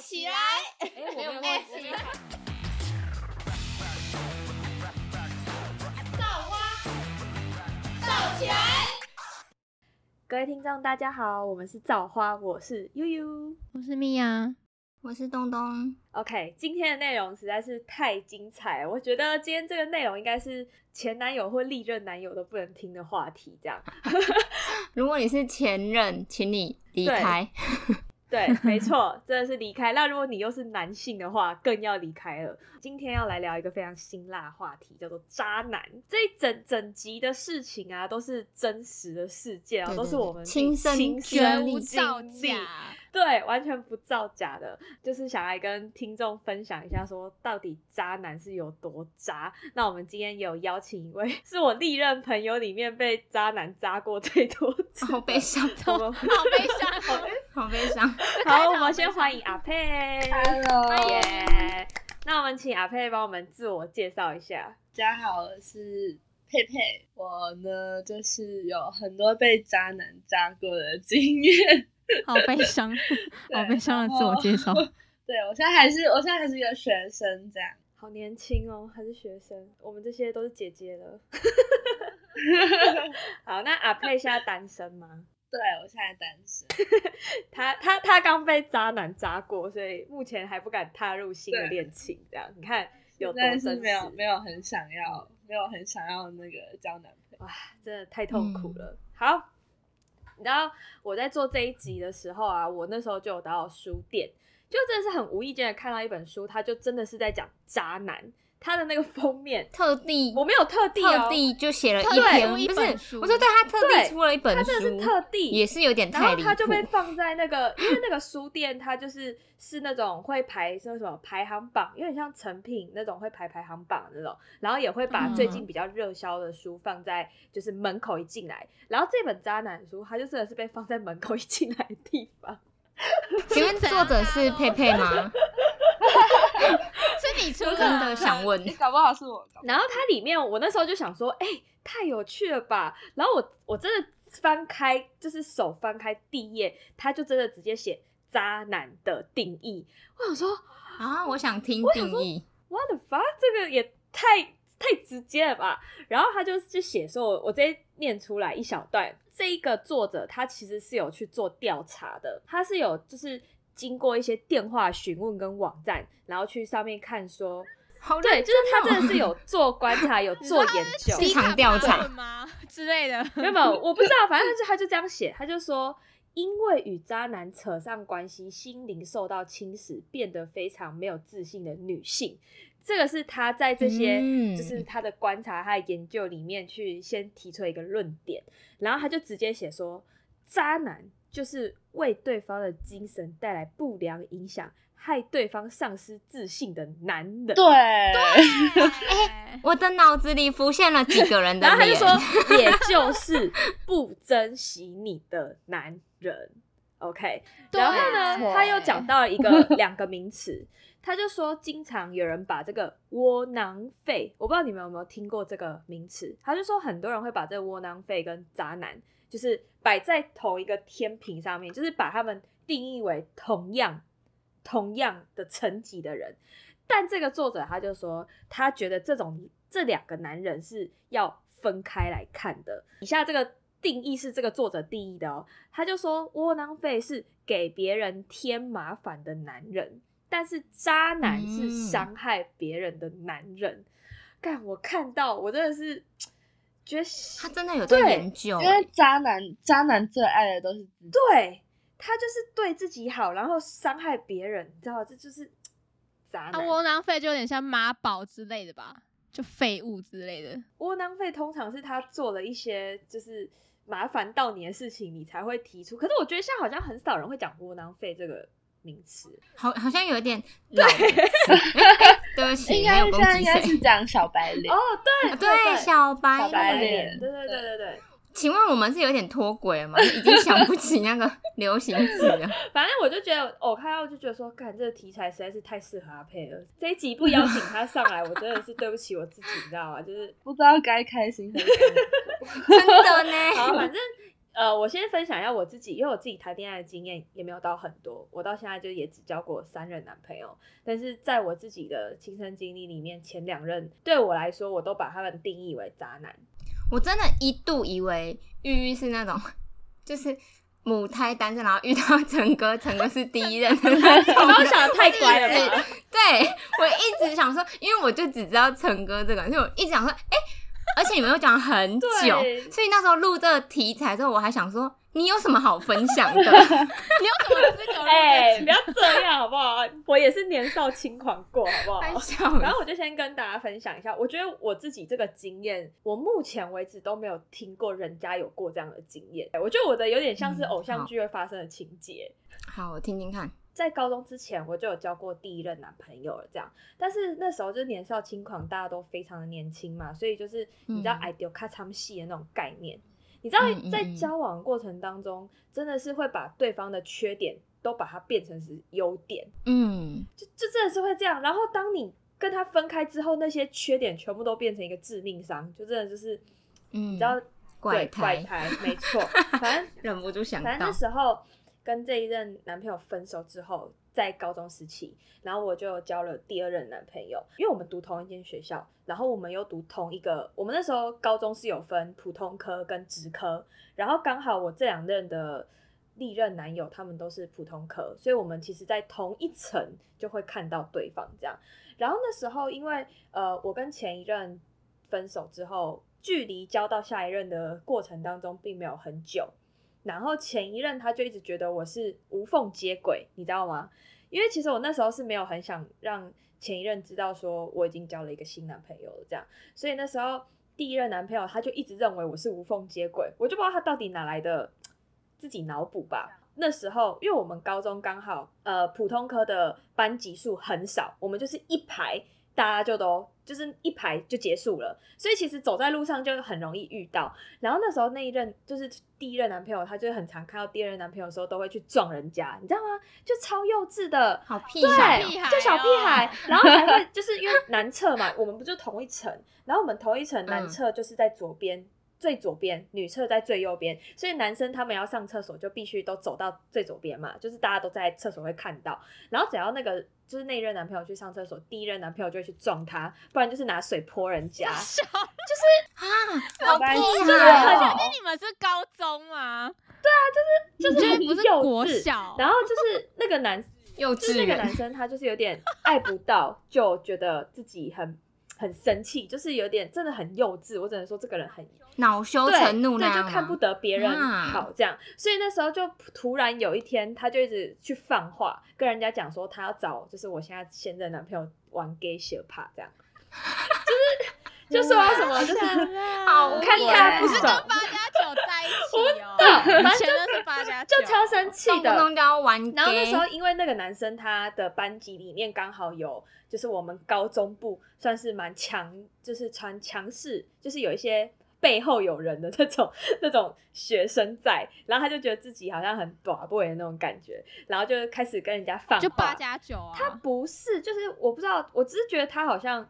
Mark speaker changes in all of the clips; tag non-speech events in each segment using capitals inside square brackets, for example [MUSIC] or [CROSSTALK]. Speaker 1: 起来！
Speaker 2: 哎，我没有
Speaker 1: 哎
Speaker 2: 忘记。
Speaker 1: 造起来！
Speaker 3: 各位听众，大家好，我们是造花，我是悠悠。
Speaker 4: 我是米娅，
Speaker 1: 我是东东，
Speaker 3: OK，今天的内容实在是太精彩了，我觉得今天这个内容应该是前男友或历任男友都不能听的话题，这样。
Speaker 1: 如果你是前任，请你离开。
Speaker 3: 对，没错，真的是离开。那如果你又是男性的话，更要离开了。今天要来聊一个非常辛辣的话题，叫做渣男。这一整整集的事情啊，都是真实的事件啊，
Speaker 1: 对对
Speaker 3: 都是我们
Speaker 1: 对亲身
Speaker 3: 亲
Speaker 4: 绝
Speaker 3: 身
Speaker 4: 无
Speaker 3: 经
Speaker 4: 造
Speaker 3: 历 [LAUGHS]
Speaker 4: 假。
Speaker 3: 对，完全不造假的，就是想来跟听众分享一下，说到底渣男是有多渣。那我们今天也有邀请一位， [LAUGHS] 是我历任朋友里面被渣男渣过最多次的。
Speaker 1: 好悲伤，
Speaker 3: [LAUGHS]
Speaker 1: 哦
Speaker 3: 我们
Speaker 4: 好悲
Speaker 3: [LAUGHS]
Speaker 4: 伤哦！
Speaker 1: 好悲伤。
Speaker 3: 好，我们先欢迎阿佩。
Speaker 5: Hello，
Speaker 3: 耶、那我们请阿佩帮我们自我介绍一下。
Speaker 5: 大家好，我是佩佩。我呢，就是有很多被渣男渣过的经验。
Speaker 4: 好悲伤，好悲伤的
Speaker 5: 然后
Speaker 4: 自我介绍。
Speaker 5: [LAUGHS] 对我现在还是，我现在还是一个学生，这样。
Speaker 3: 好年轻哦，还是学生，我们这些都是姐姐了。 [LAUGHS] 好，那阿佩现在单身吗？
Speaker 5: 对我现在单身。
Speaker 3: 他他他刚被渣男渣过，所以目前还不敢踏入新的
Speaker 5: 对
Speaker 3: 恋情。这样，你看有多
Speaker 5: 但
Speaker 3: 真
Speaker 5: 是
Speaker 3: 实，
Speaker 5: 没有没有很想要，没有很想要那个交男朋友。
Speaker 3: 哇，真的太痛苦了。好，你知道我在做这一集的时候啊，我那时候就有到书店，就真的是很无意间的看到一本书，它就真的是在讲渣男，它的那个封面。
Speaker 1: 特地
Speaker 3: 我没有特地、哦，
Speaker 1: 特地就写了
Speaker 4: 特
Speaker 1: 一
Speaker 4: 地
Speaker 1: 篇，
Speaker 4: 出一
Speaker 1: 不
Speaker 4: 本
Speaker 1: 是，
Speaker 4: 书
Speaker 1: 我说对他特
Speaker 3: 对
Speaker 1: 地出了一本
Speaker 3: 它
Speaker 1: 书，
Speaker 3: 真的是特地，
Speaker 1: 也是有点
Speaker 3: 然
Speaker 1: 太
Speaker 3: 后
Speaker 1: 离谱。
Speaker 3: 它就
Speaker 1: [LAUGHS]
Speaker 3: 被 [LAUGHS] 放在那个，因为那个书店它就是是那种会排那什么排行榜，有点像成品那种会排排行榜那种，然后也会把最
Speaker 1: 嗯
Speaker 3: 近比较热销的书放在就是门口一进来，然后这本渣男书它就真的是被放在门口一进来的地
Speaker 1: [LAUGHS]
Speaker 3: 方，
Speaker 1: 请问作者 [LAUGHS] 是佩佩吗？
Speaker 4: 是你出的
Speaker 1: 真的啊想问，
Speaker 5: 搞不好是我。搞不好
Speaker 3: 然后它里面我那时候就想说，哎、太有趣了吧，然后我我真的翻开就是手翻开第一页，它就真的直接写渣男的定义，我想说。
Speaker 1: 啊，我想听定义。
Speaker 3: What the fuck？这个也太太直接了吧？然后他就就写说，我我直接念出来一小段。这一个作者他其实是有去做调查的，他是有就是经过一些电话询问跟网站，然后去上面看说，
Speaker 1: 好
Speaker 3: 对，
Speaker 1: 认
Speaker 3: 就是
Speaker 1: 真
Speaker 3: 他
Speaker 1: 哦
Speaker 3: 真的是有做观察，有做
Speaker 1: [LAUGHS]
Speaker 3: 研究。
Speaker 1: 市场调查
Speaker 4: [LAUGHS] 吗之类的？
Speaker 3: [LAUGHS] 没有没有，我不知道，反正他就他就这样写，他就说，因为与渣男扯上关系，心灵受到侵蚀，变得非常没有自信的女性，这个是他在这些、
Speaker 1: 嗯
Speaker 3: 就是他的观察、他的研究里面去先提出一个论点，然后他就直接写说，渣男就是为对方的精神带来不良影响，害对方丧失自信的男人。
Speaker 5: 对对，
Speaker 4: 哎，
Speaker 1: [LAUGHS] 我的脑子里浮现了几个人的
Speaker 3: 然后他就
Speaker 1: 脸，
Speaker 3: 说，也就是不珍惜你的男人。OK，
Speaker 1: [LAUGHS]
Speaker 4: 对
Speaker 3: 然后呢，
Speaker 4: 错
Speaker 1: 啊
Speaker 3: 他又讲到一个两个名词，他就说，经常有人把这个窝囊废，我不知道你们有没有听过这个名词，他就说很多人会把这个窝囊废跟渣男就是摆在同一个天平上面，就是把他们定义为同样同样的层级的人。但这个作者他就说，他觉得这种这两个男人是要分开来看的。以下这个定义是这个作者定义的哦，他就说窝囊废是给别人添麻烦的男人，但是渣男是伤害别人的男人。干、我看到我真的是觉得
Speaker 1: 他欸真的有在
Speaker 3: 对
Speaker 1: 研究
Speaker 5: 因。为渣男渣男最爱的都是自己。
Speaker 3: 对他就是对自己好，然后伤害别人，你知道吗？这就是渣
Speaker 4: 啊，
Speaker 3: 男。
Speaker 4: 窝囊废就有点像妈宝之类的吧，就废物之类的。
Speaker 3: 窝囊废通常是他做了一些就是麻烦到你的事情，你才会提出。可是我觉得现在好像很少人会讲窝囊废这个名词。
Speaker 1: 好，好像有点
Speaker 5: [LAUGHS]
Speaker 1: 老。哎对不起，
Speaker 5: 应
Speaker 1: 没
Speaker 5: 该
Speaker 1: 有
Speaker 5: 现
Speaker 1: 攻
Speaker 5: 在
Speaker 1: 击
Speaker 5: 应该是
Speaker 1: 谁。
Speaker 5: 讲小白脸
Speaker 3: 哦，对
Speaker 5: [LAUGHS]
Speaker 1: 对，小白
Speaker 3: 小白
Speaker 1: 脸。
Speaker 3: 脸，
Speaker 5: 脸
Speaker 3: 对对对对对。
Speaker 1: 请问我们是有点脱轨了吗？已经想不起那个流行词了。
Speaker 3: 反正我就觉得，哦我看到就觉得说，干这个题材实在是太适合阿佩了。这一集不邀请他上来，我真的是对不起我自己，你知道吗？就是
Speaker 5: 不知道该开心还是该难过
Speaker 1: 真的
Speaker 5: [LAUGHS]
Speaker 3: 好，
Speaker 5: 啊
Speaker 1: 呢，
Speaker 3: 反正呃，我先分享一下我自己，因为我自己谈恋爱的经验也没有到很多，我到现在就也只交过三任男朋友。但是在我自己的亲身经历里面，前两任对我来说，我都把他们定义为渣男。
Speaker 1: 我真的一度以为玉玉是那种，就是母胎单身，然后遇到陈哥，陈哥是第一任的 [LAUGHS] 那种。
Speaker 3: 我刚想的太乖了吧？
Speaker 1: 对我一直想说，因为我就只知道陈哥这个人，所以我一直想说，哎、而且你们又讲很久，
Speaker 3: 对
Speaker 1: 所以那时候录这个题材之后，我还想说，你有什么好分享
Speaker 3: [LAUGHS]
Speaker 4: 你有
Speaker 1: 的？
Speaker 4: 什么资格录
Speaker 3: 哎、
Speaker 4: 这集
Speaker 3: 不要这样好不好？我也是年少轻狂过，好不好？
Speaker 1: 太笑了
Speaker 3: 然。后我就先跟大家分享一下，我觉得我自己这个经验，我目前为止都没有听过人家有过这样的经验。我觉得我的有点像是
Speaker 1: 嗯
Speaker 3: 偶像
Speaker 1: 好
Speaker 3: 剧会发生的情节。
Speaker 1: 好，我听听看。
Speaker 3: 在高中之前，我就有交过第一任男朋友了，这样。但是那时候就是年少轻狂，大家都非常的年轻嘛，所以就是你知道
Speaker 1: 嗯
Speaker 3: 矮丢咔嚓戏的那种概念。你知道
Speaker 1: 嗯嗯
Speaker 3: 在
Speaker 1: 嗯
Speaker 3: 交往的过程当中，真的是会把对方的缺点都把它变成是优点。
Speaker 1: 嗯，
Speaker 3: 就就真的是会这样。然后当你跟他分开之后，那些缺点全部都变成一个致命伤，就真的就是，
Speaker 1: 嗯
Speaker 3: 你知道，对
Speaker 1: 怪
Speaker 3: 怪
Speaker 1: 胎
Speaker 3: 胎，没错。反正
Speaker 1: 忍不住想
Speaker 3: 反正
Speaker 1: 到
Speaker 3: 那，时候跟这一任男朋友分手之后，在高中时期，然后我就交了第二任男朋友，因为我们读同一间学校，然后我们又读同一个，我们那时候高中是有分普通科跟职科，然后刚好我这两任的。历任男友他们都是普通科，所以我们其实，在同一层就会看到对方这样。然后那时候，因为呃，我跟前一任分手之后，距离交到下一任的过程当中并没有很久，然后前一任他就一直觉得我是无缝接轨，你知道吗？因为其实我那时候是没有很想让前一任知道说我已经交了一个新男朋友了，这样，所以那时候第一任男朋友他就一直认为我是无缝接轨，我就不知道他到底哪来的自己脑补
Speaker 1: 啊
Speaker 3: 吧。那时候因为我们高中刚好呃普通科的班级数很少，我们就是一排大家就都就是一排就结束了，所以其实走在路上就很容易遇到。然后那时候那一任就是第一任男朋友，他就是很常看到第二任男朋友的时候都会去撞人家，你知道吗？就超幼稚的，
Speaker 1: 好屁
Speaker 3: 对，
Speaker 1: 孩
Speaker 4: 屁
Speaker 1: 哦，
Speaker 4: 孩
Speaker 3: 就小屁
Speaker 4: 哦
Speaker 3: 孩，
Speaker 1: [LAUGHS]
Speaker 3: 然后还会就是因为男厕嘛，我们不就同一层，然后我们同一层男
Speaker 1: 嗯
Speaker 3: 厕就是在左边。最左边，女厕在最右边，所以男生他们要上厕所就必须都走到最左边嘛，就是大家都在厕所会看到。然后只要那个就是那一任男朋友去上厕所，第一任男朋友就会去撞他，不然就是拿水泼人家。
Speaker 4: 笑
Speaker 1: 啊，
Speaker 3: 好
Speaker 1: 好
Speaker 3: 白
Speaker 1: 屁
Speaker 3: 痴
Speaker 1: 孩
Speaker 3: 哦
Speaker 1: 哦，
Speaker 4: 那你们是高中啊吗？
Speaker 3: 就
Speaker 4: 你觉
Speaker 3: 是
Speaker 4: 得
Speaker 3: 很
Speaker 4: 不是
Speaker 3: 幼
Speaker 4: 国
Speaker 3: 稚
Speaker 4: 小啊
Speaker 3: 然后就是那个男，
Speaker 1: 幼
Speaker 3: 就是
Speaker 1: 稚
Speaker 3: 那个
Speaker 1: 园
Speaker 3: 男生，他就是有点爱不到，就觉得自己很很生气，就是有点真的很幼稚。我只能说这个人很
Speaker 1: 恼羞
Speaker 3: 对
Speaker 1: 成怒那
Speaker 3: 对，
Speaker 1: 样
Speaker 3: 就
Speaker 1: 吗
Speaker 3: 看不得别人
Speaker 1: 啊
Speaker 3: 好这样。所以那时候就突然有一天，他就一直去放话，跟人家讲说他要找，就是我现在现任男朋友玩 gay 学怕这样， [LAUGHS] 就是 [LAUGHS] 就说什么就是啊
Speaker 1: 好
Speaker 3: 我
Speaker 1: 无
Speaker 3: 看他
Speaker 4: 哎
Speaker 1: 聊
Speaker 3: 不
Speaker 1: 你是
Speaker 3: 爽，
Speaker 4: 八加九在一起哦，
Speaker 3: 懂
Speaker 4: 以前都是八加九，
Speaker 3: 就超生气
Speaker 1: 动不
Speaker 3: 的，
Speaker 1: 动就要玩 gay。
Speaker 3: 然后那时候，因为那个男生他的班级里面刚好有，就是我们高中部算是蛮强，就是传强势，就是有一些背后有人的 [LAUGHS] 那种那种学生在，然后他就觉得自己好像很寡不为的那种感觉，然后就开始跟人家放
Speaker 4: 就
Speaker 3: 话
Speaker 4: 八加九啊，
Speaker 3: 他不是，就是我不知道，我只是觉得他好像，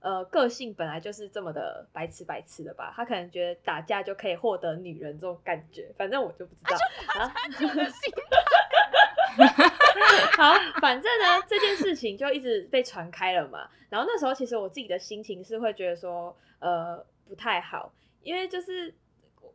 Speaker 3: 呃，个性本来就是这么的白痴白痴的吧。他可能觉得打架就可以获得女人这种感觉，反正我就不知道。然后 [LAUGHS] 好，反正呢，这件事情就一直被传开了嘛。然后那时候其实我自己的心情是会觉得说，呃，不太好，因为就是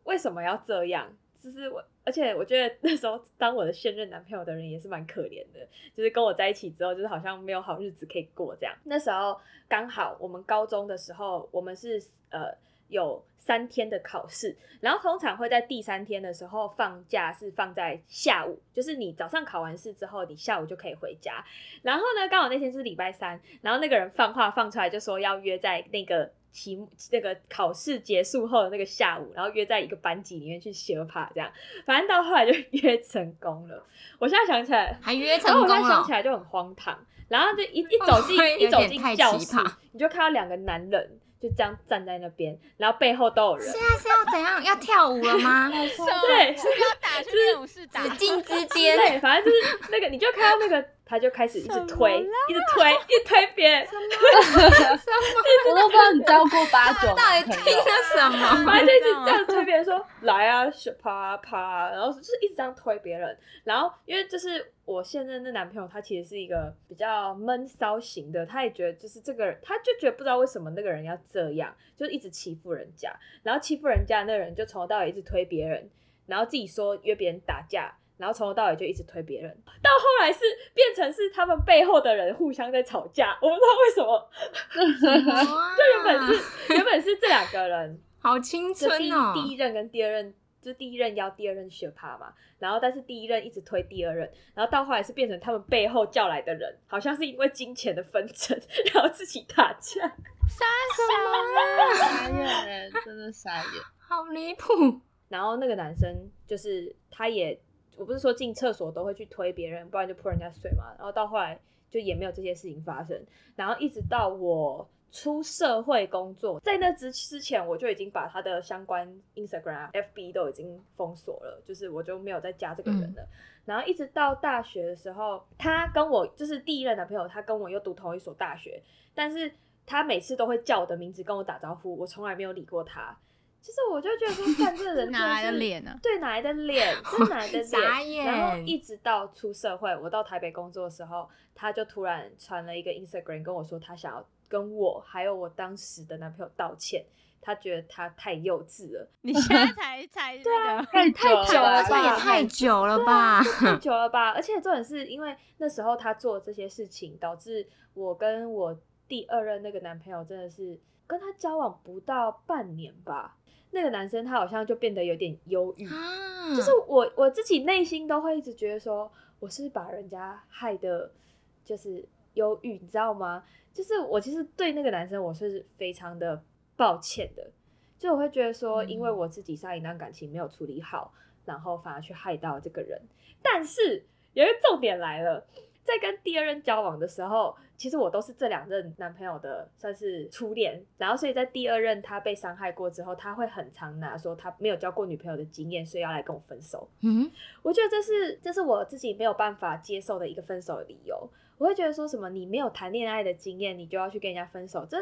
Speaker 3: 为什么要这样？就是我，而且我觉得那时候当我的现任男朋友的人也是蛮可怜的，就是跟我在一起之后，就是好像没有好日子可以过这样。那时候刚好我们高中的时候，我们是呃有三天的考试，然后通常会在第三天的时候放假，是放在下午，就是你早上考完试之后，你下午就可以回家。然后呢，刚好那天是礼拜三，然后那个人放话放出来，就说要约在那个。期末那个考试结束后的那个下午，然后约在一个班级里面去学趴，这样，反正到后来就 [LAUGHS] 约成功了。我现在想起来，
Speaker 1: 还
Speaker 3: [LAUGHS]
Speaker 1: 约
Speaker 3: 然
Speaker 1: 成
Speaker 3: 后我
Speaker 1: 功
Speaker 3: 现在想
Speaker 1: 了
Speaker 3: 起，来就很荒唐，然后就
Speaker 1: [LAUGHS]
Speaker 3: 一一走进一
Speaker 1: 哦有
Speaker 3: 走
Speaker 1: 点
Speaker 3: 进
Speaker 1: 太
Speaker 3: 教
Speaker 1: 奇
Speaker 3: 室
Speaker 1: 葩，
Speaker 3: 你就看到两个男人就这样站在那边，然后背后都有人
Speaker 1: 现，在是要怎样？要跳舞
Speaker 3: [LAUGHS]
Speaker 1: 了吗？
Speaker 4: 什么
Speaker 3: 对
Speaker 4: 要打去练武室打，
Speaker 1: 紫禁之间，
Speaker 3: 对，反正就是那个，你就看到那个他就开始一直
Speaker 4: 什么
Speaker 3: 推，
Speaker 4: 啦
Speaker 3: 一直推，一直推别人，
Speaker 5: 我都不知道你交过八九
Speaker 1: 到
Speaker 5: 男
Speaker 1: 底
Speaker 5: 朋
Speaker 1: 听
Speaker 5: 友，
Speaker 1: 了什
Speaker 4: 啊
Speaker 3: [LAUGHS]
Speaker 1: 么？
Speaker 3: 反正就一直这样推别人说来啊，是啪啪，然后就是一直这样推别人。然后因为就是我现任的男朋友，他其实是一个比较闷骚型的，他也觉得就是这个人，他就觉得不知道为什么那个人要这样，就一直欺负人家，然后欺负人家那人就从头到尾一直推别人，然后自己说约别人打架。然后从头到尾就一直推别人，到后来是变成是他们背后的人互相在吵架，我不知道为什么，
Speaker 1: 就
Speaker 3: 原本是原本是这两个人
Speaker 1: 好青
Speaker 3: 这第
Speaker 1: 春
Speaker 3: 一
Speaker 1: 哦！
Speaker 3: 第一任跟第二任，就第一任邀第二任学趴嘛，然后但是第一任一直推第二任，然后到后来是变成他们背后叫来的人，好像是因为金钱的纷争， [LAUGHS] 然后自己打架。
Speaker 4: 杀什
Speaker 5: [LAUGHS]
Speaker 4: 么啊？
Speaker 5: 傻眼，真的傻眼。
Speaker 1: 好离谱！
Speaker 3: 然后那个男生就是他也，我不是说进厕所都会去推别人，不然就泼人家水嘛。然后到后来就也没有这些事情发生。然后一直到我出社会工作，在那之之前，我就已经把他的相关 Instagram 啊、FB 都已经封锁了，就是我就没有再加这个人了。然后一直到大学的时候，他跟我就是第一任男朋友，他跟我又读同一所大学，但是他每次都会叫我的名字跟我打招呼，我从来没有理过他。就是我就觉得说，干这个
Speaker 4: [LAUGHS]
Speaker 3: 人真
Speaker 4: 哪来的
Speaker 3: 是
Speaker 4: 脸啊？
Speaker 3: 对，哪来的脸？这哪来
Speaker 4: [LAUGHS]
Speaker 3: 的
Speaker 1: 傻
Speaker 3: 脸？然后
Speaker 1: 眼
Speaker 3: 一直到出社会，我到台北工作的时候，他就突然传了一个 Instagram 跟我说，他想要跟我还有我当时的男朋友道歉，他觉得他太幼稚了，
Speaker 4: 你现在才才那个，
Speaker 5: 太久
Speaker 3: 啊
Speaker 5: 了吧，
Speaker 1: 这也太久了吧？
Speaker 3: 太久了吧？而且重点是因为那时候他做这些事情，导致我跟我第二任那个男朋友真的是跟他交往不到半年吧，那个男生他好像就变得有点忧郁。
Speaker 1: 啊，
Speaker 3: 就是我我自己内心都会一直觉得说，我是不是把人家害的，就是忧郁，你知道吗？就是我其实对那个男生我是非常的抱歉的，就我会觉得说，
Speaker 4: 嗯
Speaker 3: 因为我自己上一段感情没有处理好，然后反而去害到这个人。但是有一个重点来了，在跟第二任交往的时候，其实我都是这两任男朋友的算是初恋，然后所以在第二任他被伤害过之后，他会很常拿说他没有交过女朋友的经验，所以要来跟我分手。
Speaker 1: 嗯，
Speaker 3: 我觉得这是这是我自己没有办法接受的一个分手的理由。我会觉得说什么你没有谈恋爱的经验，你就要去跟人家分手，这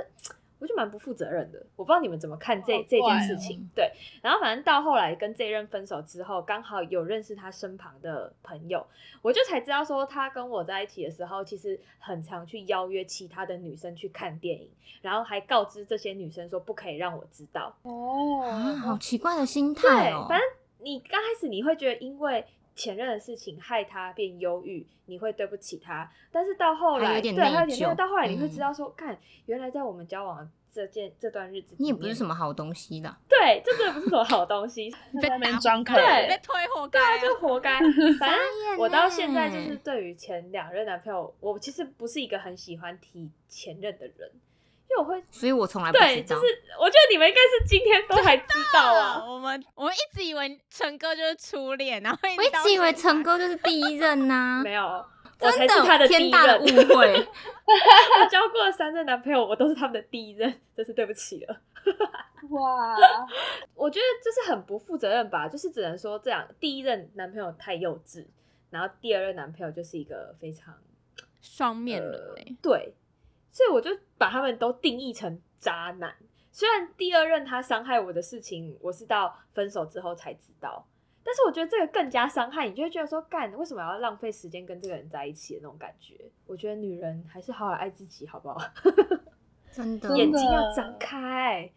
Speaker 3: 我就蛮不负责任的。我不知道你们怎么看这、
Speaker 5: 好
Speaker 3: 这
Speaker 5: 怪
Speaker 3: 件
Speaker 5: 哦
Speaker 3: 事情。对，然后反正到后来跟这一任分手之后，刚好有认识他身旁的朋友，我就才知道说他跟我在一起的时候，其实很常去邀约其他的女生去看电影，然后还告知这些女生说不可以让我知道。
Speaker 1: 啊，好
Speaker 5: 哦，
Speaker 1: 奇怪的心态
Speaker 3: 对
Speaker 1: 哦，。
Speaker 3: 反正你刚开始你会觉得因为前任的事情害他变忧郁，你会对不起他，但是到后
Speaker 1: 还
Speaker 3: 来，
Speaker 1: 有点
Speaker 3: 对，还有
Speaker 1: 内
Speaker 3: 点内疚
Speaker 1: 疚
Speaker 3: 到后来你会
Speaker 1: 嗯
Speaker 3: 知道说，看、原来在我们交往这件这段日子，
Speaker 1: 你也不是什
Speaker 3: 么，
Speaker 1: 么好东西的，
Speaker 3: 对，这真的不是什么好东
Speaker 1: [LAUGHS]
Speaker 3: 西，
Speaker 4: 你
Speaker 5: 在那边
Speaker 4: 打
Speaker 5: 装可
Speaker 3: 怜
Speaker 4: 你被推活该
Speaker 3: 大
Speaker 4: 啊
Speaker 3: 家！就活该。反
Speaker 1: [LAUGHS]
Speaker 3: 正我到现在就是
Speaker 1: 欸
Speaker 3: 对于前两任男朋友，我其实不是一个很喜欢提前任的人，因为我会。
Speaker 1: 所以我从来不
Speaker 3: 对，
Speaker 1: 知
Speaker 3: 就
Speaker 1: 道哦
Speaker 3: 是。我觉得你们应该是今天都还知道啊，
Speaker 4: 我们我们一直以为陈哥就是初恋，然后
Speaker 1: 我一直以为成 [LAUGHS] 哥就是第一任
Speaker 3: [LAUGHS]
Speaker 1: 呐，
Speaker 3: 没有，我才
Speaker 1: 真
Speaker 3: 是他
Speaker 1: 的
Speaker 3: 第
Speaker 1: 天
Speaker 3: 一
Speaker 1: 大的
Speaker 3: 任
Speaker 1: 误。会。
Speaker 3: [LAUGHS] 我交过的三任男朋友，我都是他们的第一任，真是对不起了。
Speaker 5: 哇，
Speaker 3: 我觉得这是很不负责任吧，就是只能说这样，第一任男朋友太幼稚，然后第二任男朋友就是一个非常
Speaker 4: 双面人
Speaker 3: 呃
Speaker 1: 欸
Speaker 4: 哎，
Speaker 3: 对，所以我就把他们都定义成渣男。虽然第二任他伤害我的事情，我是到分手之后才知道，但是我觉得这个更加伤害，你就会觉得说，干为什么要浪费时间跟这个人在一起的那种感觉。我觉得女人还是好好爱自己，好不好？
Speaker 1: 真的，
Speaker 3: 眼
Speaker 5: 真
Speaker 3: 睛
Speaker 5: 的
Speaker 3: 要张开，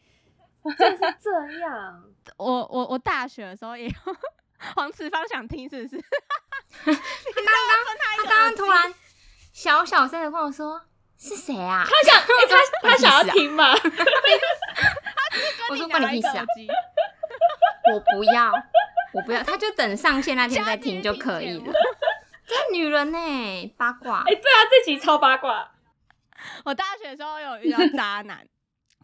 Speaker 3: 真的是这样。 [LAUGHS]
Speaker 4: 我我我大学的时候也有。 [LAUGHS] 黄池芳想听是不是？
Speaker 1: 他刚刚突然小小声的跟我说：“是谁啊
Speaker 3: 他想，欸
Speaker 4: [LAUGHS]
Speaker 3: 他他想
Speaker 4: 啊
Speaker 3: 要听吗？ [LAUGHS] 哎
Speaker 1: 我说
Speaker 4: 跟
Speaker 1: 关你
Speaker 4: 你
Speaker 1: 屁事
Speaker 4: 拿
Speaker 1: 啊
Speaker 4: 来手机，？”
Speaker 1: 我不要，我不要，他就等上线那天再听就可以了。这女人呢、八卦
Speaker 3: 哎、，对啊，这集超八卦。
Speaker 4: 我大学的时候有遇到渣男，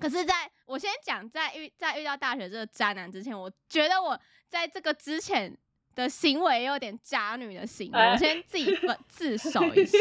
Speaker 4: 可是在我先讲，在遇在遇到大学这个渣男之前，我觉得我在这个之前的行为也有点渣女的行为，
Speaker 3: 哎
Speaker 4: 我先自己分自首一下。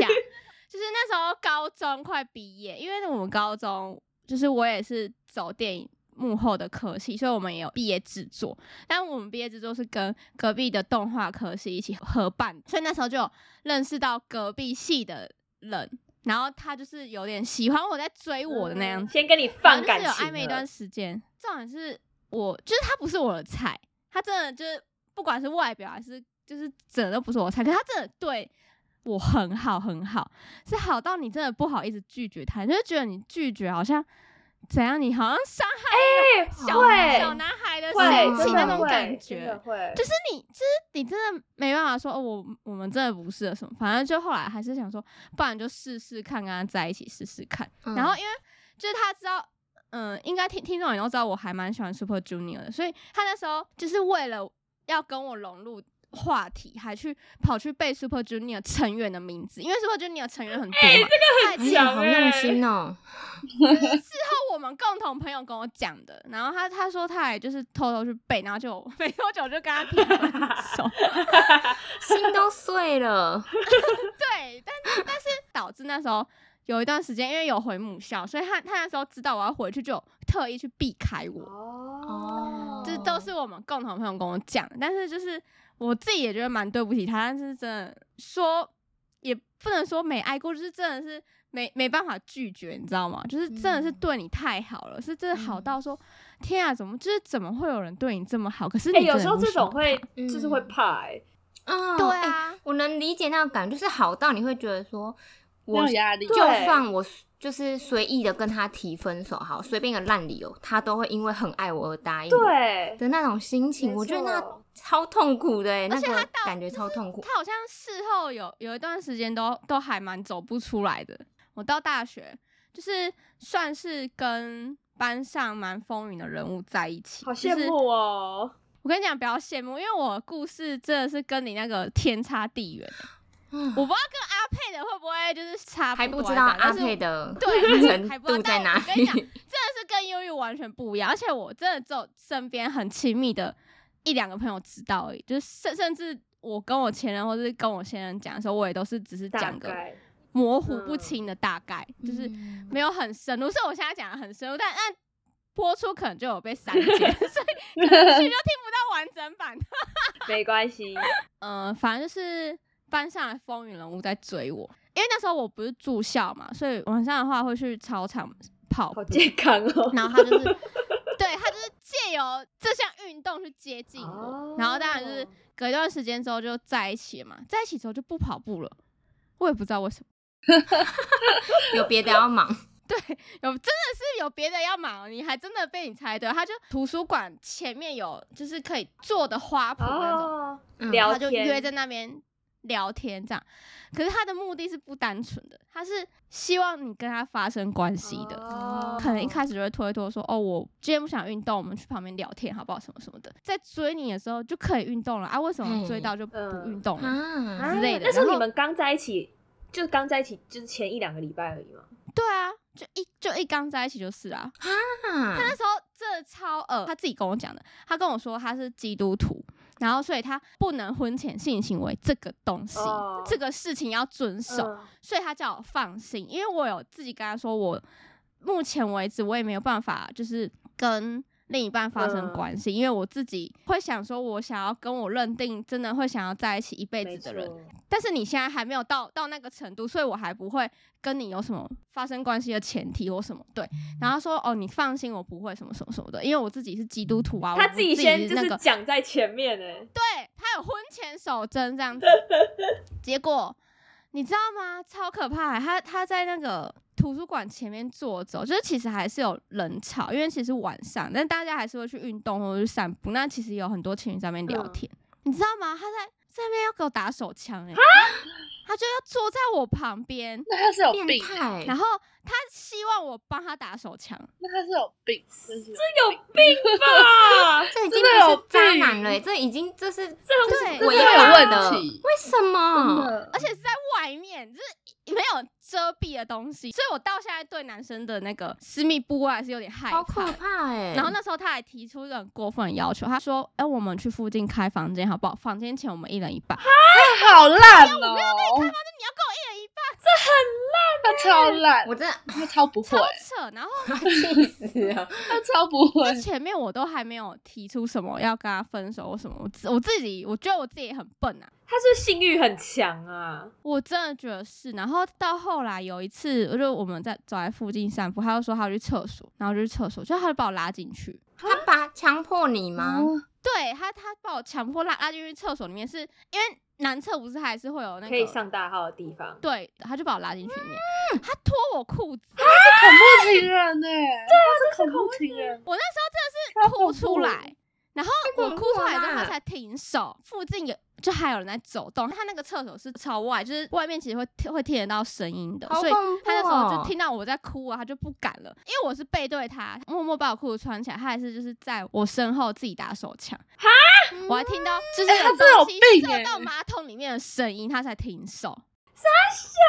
Speaker 4: 就是那时候高中快毕业，因为我们高中就是我也是走电影幕后的科系，所以我们也有毕业制作。但我们毕业制作是跟隔壁的动画科系一起合办，所以那时候就有认识到隔壁系的人，然后他就是有点喜欢我在追我的那样子，
Speaker 3: 嗯先跟你放
Speaker 4: 反
Speaker 3: 感
Speaker 4: 正就
Speaker 3: 情了，
Speaker 4: 是有暧昧一段时间。重点是我，就是他不是我的菜，他真的就是不管是外表还是就是整个都不是我的菜，可是他真的对我很好很好，是好到你真的不好意思拒绝他，你就觉得你拒绝好像怎样，你好像伤害一个小、
Speaker 3: 会
Speaker 4: 小男孩的
Speaker 3: 会
Speaker 4: 生
Speaker 1: 生
Speaker 4: 气
Speaker 1: 气
Speaker 3: 真
Speaker 4: 那
Speaker 3: 的
Speaker 4: 种
Speaker 3: 会
Speaker 4: 感
Speaker 3: 真
Speaker 4: 觉
Speaker 3: 的。会，
Speaker 4: 就是你，就是你真的没办法说哦，我我们真的不适合什么。反正就后来还是想说，不然就试试看，跟他在一起试试看。
Speaker 1: 嗯
Speaker 4: 然后因为就是他知道，嗯、应该听听众也都知道，我还蛮喜欢 Super Junior 的，所以他那时候就是为了要跟我融入。话题还去跑去背 Super Junior 成员的名字，因为 Super Junior 成员很多嘛。这
Speaker 1: 哎呀好用心哦、
Speaker 3: [LAUGHS]
Speaker 4: 事后我们共同朋友跟我讲的，然后他他说他也就是偷偷去背，然后就 [LAUGHS] 没多久就跟他提分手。
Speaker 1: 心都碎了。
Speaker 4: [LAUGHS] 对，但是但是导致那时候有一段时间，因为有回母校，所以他他那时候知道我要回去，就有特意去避开我。
Speaker 3: 哦，
Speaker 4: 这都是我们共同朋友跟我讲的，但是就是我自己也觉得蛮对不起他，但是真的说也不能说没爱过，就是真的是没没办法拒绝，你知道吗？就是真的是
Speaker 3: 嗯
Speaker 4: 对你太好了，是真的好到说天啊，怎么就是怎么会有人对你这么好？可是你、
Speaker 3: 哎、有时候这种会
Speaker 1: 嗯
Speaker 3: 就是会怕、欸，
Speaker 1: 嗯，
Speaker 4: 对
Speaker 1: 哎
Speaker 4: 啊，
Speaker 1: 我能理解那种感觉，就是好到你会觉得说，
Speaker 5: 没
Speaker 1: 我
Speaker 5: 有压力，
Speaker 1: 就
Speaker 3: 对
Speaker 1: 算我就是随意的跟他提分手，好，随便一个烂理由，他都会因为很爱我而答应我
Speaker 3: 对，
Speaker 1: 的那种心情，
Speaker 3: 没
Speaker 1: 我觉得那
Speaker 3: 错
Speaker 1: 超痛苦的、欸，那
Speaker 4: 而且他
Speaker 1: 个
Speaker 4: 到
Speaker 1: 感觉超痛苦。
Speaker 4: 他好像事后有有一段时间都都还蛮走不出来的。我到大学就是算是跟班上蛮风云的人物在一起，
Speaker 3: 好
Speaker 4: 就
Speaker 3: 羡
Speaker 4: 是
Speaker 3: 慕哦。
Speaker 4: 我跟你讲，不要羡慕，因为我的故事真的是跟你那个天差地远。
Speaker 1: 嗯
Speaker 4: 我不知道跟阿佩的会不会就是差
Speaker 1: 还
Speaker 4: 不
Speaker 1: 不
Speaker 4: 多啊
Speaker 1: 知道
Speaker 4: 还
Speaker 1: 阿
Speaker 4: 是怎样
Speaker 1: 佩的 [LAUGHS]
Speaker 4: 对
Speaker 1: 程
Speaker 4: 还不
Speaker 1: 度在哪
Speaker 4: 但我跟你
Speaker 1: 里 [LAUGHS]
Speaker 4: 讲，真的是跟忧郁完全不一样。而且我真的只有身边很亲密的一两个朋友知道而已，就是甚甚至我跟我前任或是跟我现任讲的时候，我也都是只是
Speaker 3: 大
Speaker 4: 讲个
Speaker 3: 概
Speaker 4: 模糊不
Speaker 3: 嗯
Speaker 4: 清的大概，就是
Speaker 1: 嗯
Speaker 4: 没有很深入。所以我现在讲的很深入，但但播出可能就有被删减， [LAUGHS]
Speaker 1: [LAUGHS]
Speaker 4: 所以可能去就听不到完整 [LAUGHS] 版。
Speaker 3: 没关系，
Speaker 4: 嗯，反正就是班上的风云人物在追我，因为那时候我不是住校嘛，所以晚上的话会去操场跑步
Speaker 3: 好，健康哦。
Speaker 5: 嗯
Speaker 4: 然后他就是对他就是借由这项运动去接近我，然后当然就是
Speaker 3: 哦
Speaker 4: 隔一段时间之后就在一起了嘛，在一起之后就不跑步了，我也不知道为什么，
Speaker 1: 有别的要忙，
Speaker 4: 有真的是有别的要忙，你还真的被你猜对，他就图书馆前面有就是可以坐的花圃那种。
Speaker 3: 哦，
Speaker 1: 嗯
Speaker 3: 聊
Speaker 4: 他就
Speaker 3: 天
Speaker 4: 约在那边聊天这样。可是他的目的是不单纯的，他是希望你跟他发生关系的。
Speaker 3: 哦
Speaker 4: 可能一开始就会推脱说，哦，我今天不想运动，我们去旁边聊天好不好？什么什么的，在追你的时候就可以运动了啊，为什么追到就不
Speaker 3: 嗯
Speaker 4: 运动了？
Speaker 1: 啊，
Speaker 3: 啊
Speaker 4: 之类的
Speaker 3: 那时
Speaker 4: 然
Speaker 3: 候
Speaker 4: 后
Speaker 3: 你们刚在一起，就是刚在一起，就是前一两个礼拜而已嘛。
Speaker 4: 对啊，就一就一刚在一起就是啊。他那时候真的超恶，他自己跟我讲的，他跟我说他是基督徒，然后所以他不能婚前性行为这个东西，
Speaker 3: 哦
Speaker 4: 这个事情要遵守。
Speaker 3: 嗯
Speaker 4: 所以他叫我放心，因为我有自己跟他说，我目前为止我也没有办法，就是跟另一半发生
Speaker 3: 嗯
Speaker 4: 关系，因为我自己会想说，我想要跟我认定真的会想要在一起一辈
Speaker 3: 没
Speaker 4: 子的人，
Speaker 3: 错
Speaker 4: 但是你现在还没有到到那个程度，所以我还不会跟你有什么发生关系的前提或什么对。然后他说哦，你放心，我不会什么什么什么的，因为我自己是基督徒啊，
Speaker 3: 他
Speaker 4: 我
Speaker 3: 自己先就
Speaker 4: 那
Speaker 3: 是
Speaker 4: 个
Speaker 3: 讲在前面欸呢。
Speaker 4: 对他有婚前守贞这样子，结果你知道吗？超可怕欸！他他在那个图书馆前面坐着，就是其实还是有人潮，因为其实晚上，但大家还是会去运动或者去散步。那其实有很多情侣在那边聊
Speaker 3: 嗯
Speaker 4: 天，你知道吗？他在在那边要给我打手枪哎、他就要坐在我旁边，
Speaker 5: 那他是有
Speaker 1: 变
Speaker 5: 病，
Speaker 1: 态，
Speaker 4: 然后他希望我帮他打手枪。
Speaker 5: 那他是有病，真是
Speaker 3: 有病吧？
Speaker 1: 这已经
Speaker 5: 真的
Speaker 1: 不
Speaker 5: 有
Speaker 1: 是渣
Speaker 5: 病
Speaker 1: 男了欸，这已经这是
Speaker 4: 这
Speaker 1: 这
Speaker 4: 很
Speaker 1: 是
Speaker 4: 我
Speaker 1: 违
Speaker 4: 也
Speaker 5: 有
Speaker 1: 法
Speaker 5: 问
Speaker 1: 的，
Speaker 5: 题，
Speaker 1: 为什么？
Speaker 4: 而且是在外面，就是没有遮蔽的东西，所以我到现在对男生的那个私密部位还是有点害
Speaker 1: 好
Speaker 4: 怕
Speaker 1: 可
Speaker 4: 的。
Speaker 1: 怕哎！
Speaker 4: 然后那时候他还提出一个很过分的要求，他说：“哎、我们去附近开房间好不好？房间钱我们一人一半。”
Speaker 5: 好烂哦！
Speaker 4: 你要跟我一人一半，
Speaker 5: 反超烂，
Speaker 1: 我真的 [LAUGHS]
Speaker 5: 他超不会
Speaker 4: 超，扯。然后
Speaker 1: 气死了。
Speaker 5: [LAUGHS] 他超不会
Speaker 4: 就。前面我都还没有提出什么要跟他分手或什么，我自我自己我觉得我自己也很笨啊，
Speaker 3: 他是性欲很强啊，
Speaker 4: 我真的觉得是。然后到后来有一次，我就我们在走在附近散步，他就说他要去厕所，然后我就去厕所，就他就把我拉进去。
Speaker 1: 他把强迫你吗？
Speaker 5: 哦
Speaker 4: 对他，他把我强迫拉拉进去厕所里面是，因为男厕不是还是会有那个
Speaker 3: 可以上大号的地方。
Speaker 4: 对，他就把我拉进去里面，
Speaker 1: 嗯
Speaker 4: 他脱我裤子，
Speaker 1: 啊
Speaker 5: 恐怖情人呢、对啊，他是恐怖情人，
Speaker 4: 我那时候真的是哭出
Speaker 5: 超恐
Speaker 4: 来，然后
Speaker 1: 太
Speaker 4: 我
Speaker 1: 恐
Speaker 4: 哭
Speaker 1: 怖
Speaker 4: 出来之
Speaker 1: 了
Speaker 4: 后，他
Speaker 1: 啦
Speaker 4: 才停手。附近有就还有人在走动，他那个厕所是朝外，就是外面其实会听会听得到声音的，
Speaker 1: 好
Speaker 4: 所以
Speaker 1: 恐
Speaker 4: 他那时
Speaker 1: 怖
Speaker 4: 候
Speaker 1: 哦
Speaker 4: 就听到我在哭啊，他就不敢了，因为我是背对他，默默把我裤子穿起来，他还是就是在我身后自己打手枪。哈，我还听到就是
Speaker 5: 哎他
Speaker 4: 有
Speaker 5: 真的有
Speaker 4: 东西
Speaker 5: 病哎
Speaker 4: 射到马桶里面的声音，他才停手。
Speaker 3: 小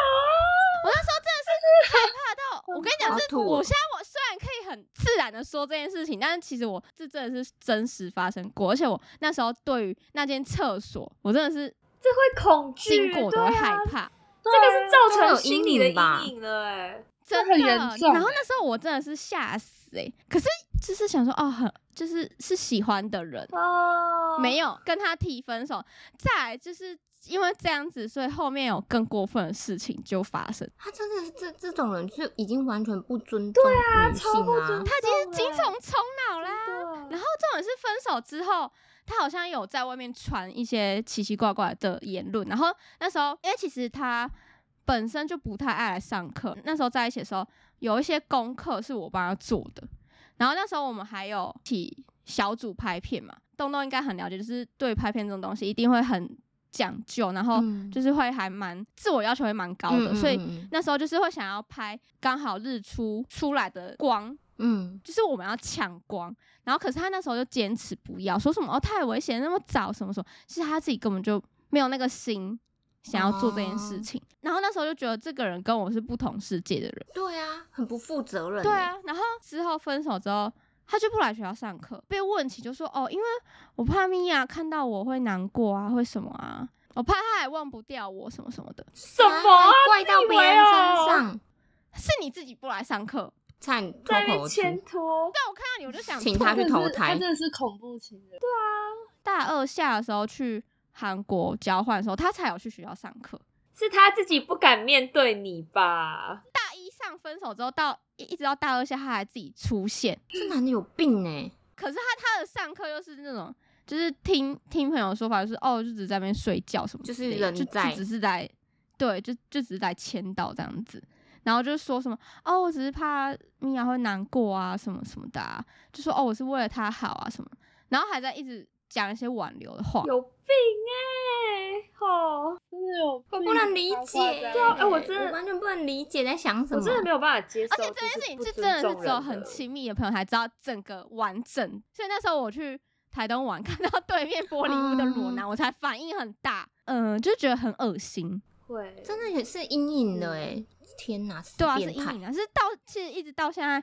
Speaker 4: 我那时候真的是害怕到，我跟你
Speaker 1: 好
Speaker 4: 讲，是
Speaker 1: 吐哦
Speaker 4: 我现在我虽然可以很自然的说这件事情，但是其实我这真的是真实发生过，而且我那时候对于那间厕所，我真的是
Speaker 3: 这会恐惧，
Speaker 4: 经过我都
Speaker 3: 对
Speaker 4: 会
Speaker 3: 啊
Speaker 4: 害怕，
Speaker 3: 这个是造
Speaker 1: 都
Speaker 3: 成
Speaker 1: 有
Speaker 3: 心
Speaker 1: 阴
Speaker 3: 理的
Speaker 1: 影吧
Speaker 3: 阴影了、哎，
Speaker 4: 真
Speaker 5: 很
Speaker 4: 的。
Speaker 5: 严重
Speaker 4: 然后那时候我真的是吓死哎、欸，可是就是想说哦，很就是是喜欢的人，
Speaker 3: 哦，
Speaker 4: 没有跟他提分手，再来就是。因为这样子，所以后面有更过分的事情就发生。
Speaker 1: 他真的是这这种人是已经完全不尊重女性
Speaker 3: 超不
Speaker 1: 啊
Speaker 3: 尊！
Speaker 4: 他已经是精
Speaker 3: 重
Speaker 4: 虫充脑啦，然后重点是分手之后，他好像有在外面传一些奇奇怪怪的言论。然后那时候，因为其实他本身就不太爱来上课，那时候在一起的时候，有一些功课是我帮他做的。然后那时候我们还有一起小组拍片嘛，东东应该很了解，就是对拍片这种东西一定会很讲究，然后哦
Speaker 1: 嗯
Speaker 4: 就是会还蛮自我要求会蛮高的，
Speaker 1: 嗯
Speaker 4: 所以
Speaker 1: 嗯
Speaker 4: 那时候就是会想要拍刚好日出出来的光
Speaker 1: 嗯，
Speaker 4: 就是我们要抢光，然后可是他那时候就坚持不要，说什么哦太危险，那么早什么什么，其实他自己根本就没有那个心想要做这件
Speaker 1: 哦
Speaker 4: 事情。然后那时候就觉得这个人跟我是不同世界的人，
Speaker 1: 对啊，很不负责任。
Speaker 4: 对，啊。然后之后分手之后，他就不来学校上课，被问起就说哦，因为我怕米娅看到我会难过啊，会什么啊，我怕他还忘不掉我什么什么的，
Speaker 1: 什
Speaker 3: 么啊
Speaker 1: 怪到别人身
Speaker 3: 自以
Speaker 1: 上？
Speaker 4: 是你自己不来上课，
Speaker 1: 差点脱
Speaker 3: 啊在那
Speaker 1: 口而
Speaker 3: 边
Speaker 1: 出，
Speaker 3: 牵拖，
Speaker 4: 但我看到你我就想
Speaker 1: 请
Speaker 4: 吐
Speaker 1: 他去投
Speaker 5: 他
Speaker 1: 胎。
Speaker 5: 真的是恐怖情人。
Speaker 4: 大二下的时候去韩国交换的时候，他才有去学校上课。
Speaker 3: 是他自己不敢面对你吧？
Speaker 4: 大一上分手之后，到一一直到大二下，他还自己出现。
Speaker 1: 这男的有病哎、
Speaker 4: 可是他他的上课又是那种，就是听听朋友说法，就是哦，就只在那边睡觉什么
Speaker 1: 就
Speaker 4: 之
Speaker 1: 是
Speaker 4: 类的，
Speaker 1: 人
Speaker 4: 就
Speaker 1: 在
Speaker 4: 就只是来，对，就就只是来签到这样子。然后就说什么哦，我只是怕米娅会难过啊，什么什么的、啊，就说哦，我是为了她好啊什么，然后还在一直讲一些挽留的话，
Speaker 3: 有病哎、
Speaker 4: 欸
Speaker 3: 吼、
Speaker 5: 真的有病，
Speaker 1: 我不能理解。
Speaker 5: 啊对
Speaker 3: 啊哎我真的
Speaker 1: 完全不能理解在想什么。
Speaker 3: 我真的没有办法接受。
Speaker 4: 而且这件事情
Speaker 3: 就是不
Speaker 4: 真的是
Speaker 3: 尊重
Speaker 4: 只有
Speaker 3: 人
Speaker 4: 很
Speaker 3: 的
Speaker 4: 亲密的朋友才知道整个完整，所以那时候我去台东玩， [LAUGHS] 看到对面玻璃屋的
Speaker 3: 嗯
Speaker 4: 裸男，我才反应很大，嗯，就觉得很恶心，
Speaker 3: 会，
Speaker 1: 真的也是阴影了哎、天哪，死
Speaker 4: 对啊，是
Speaker 1: 变
Speaker 4: 阴
Speaker 1: 态！
Speaker 4: 影啊，是到其实一直到现在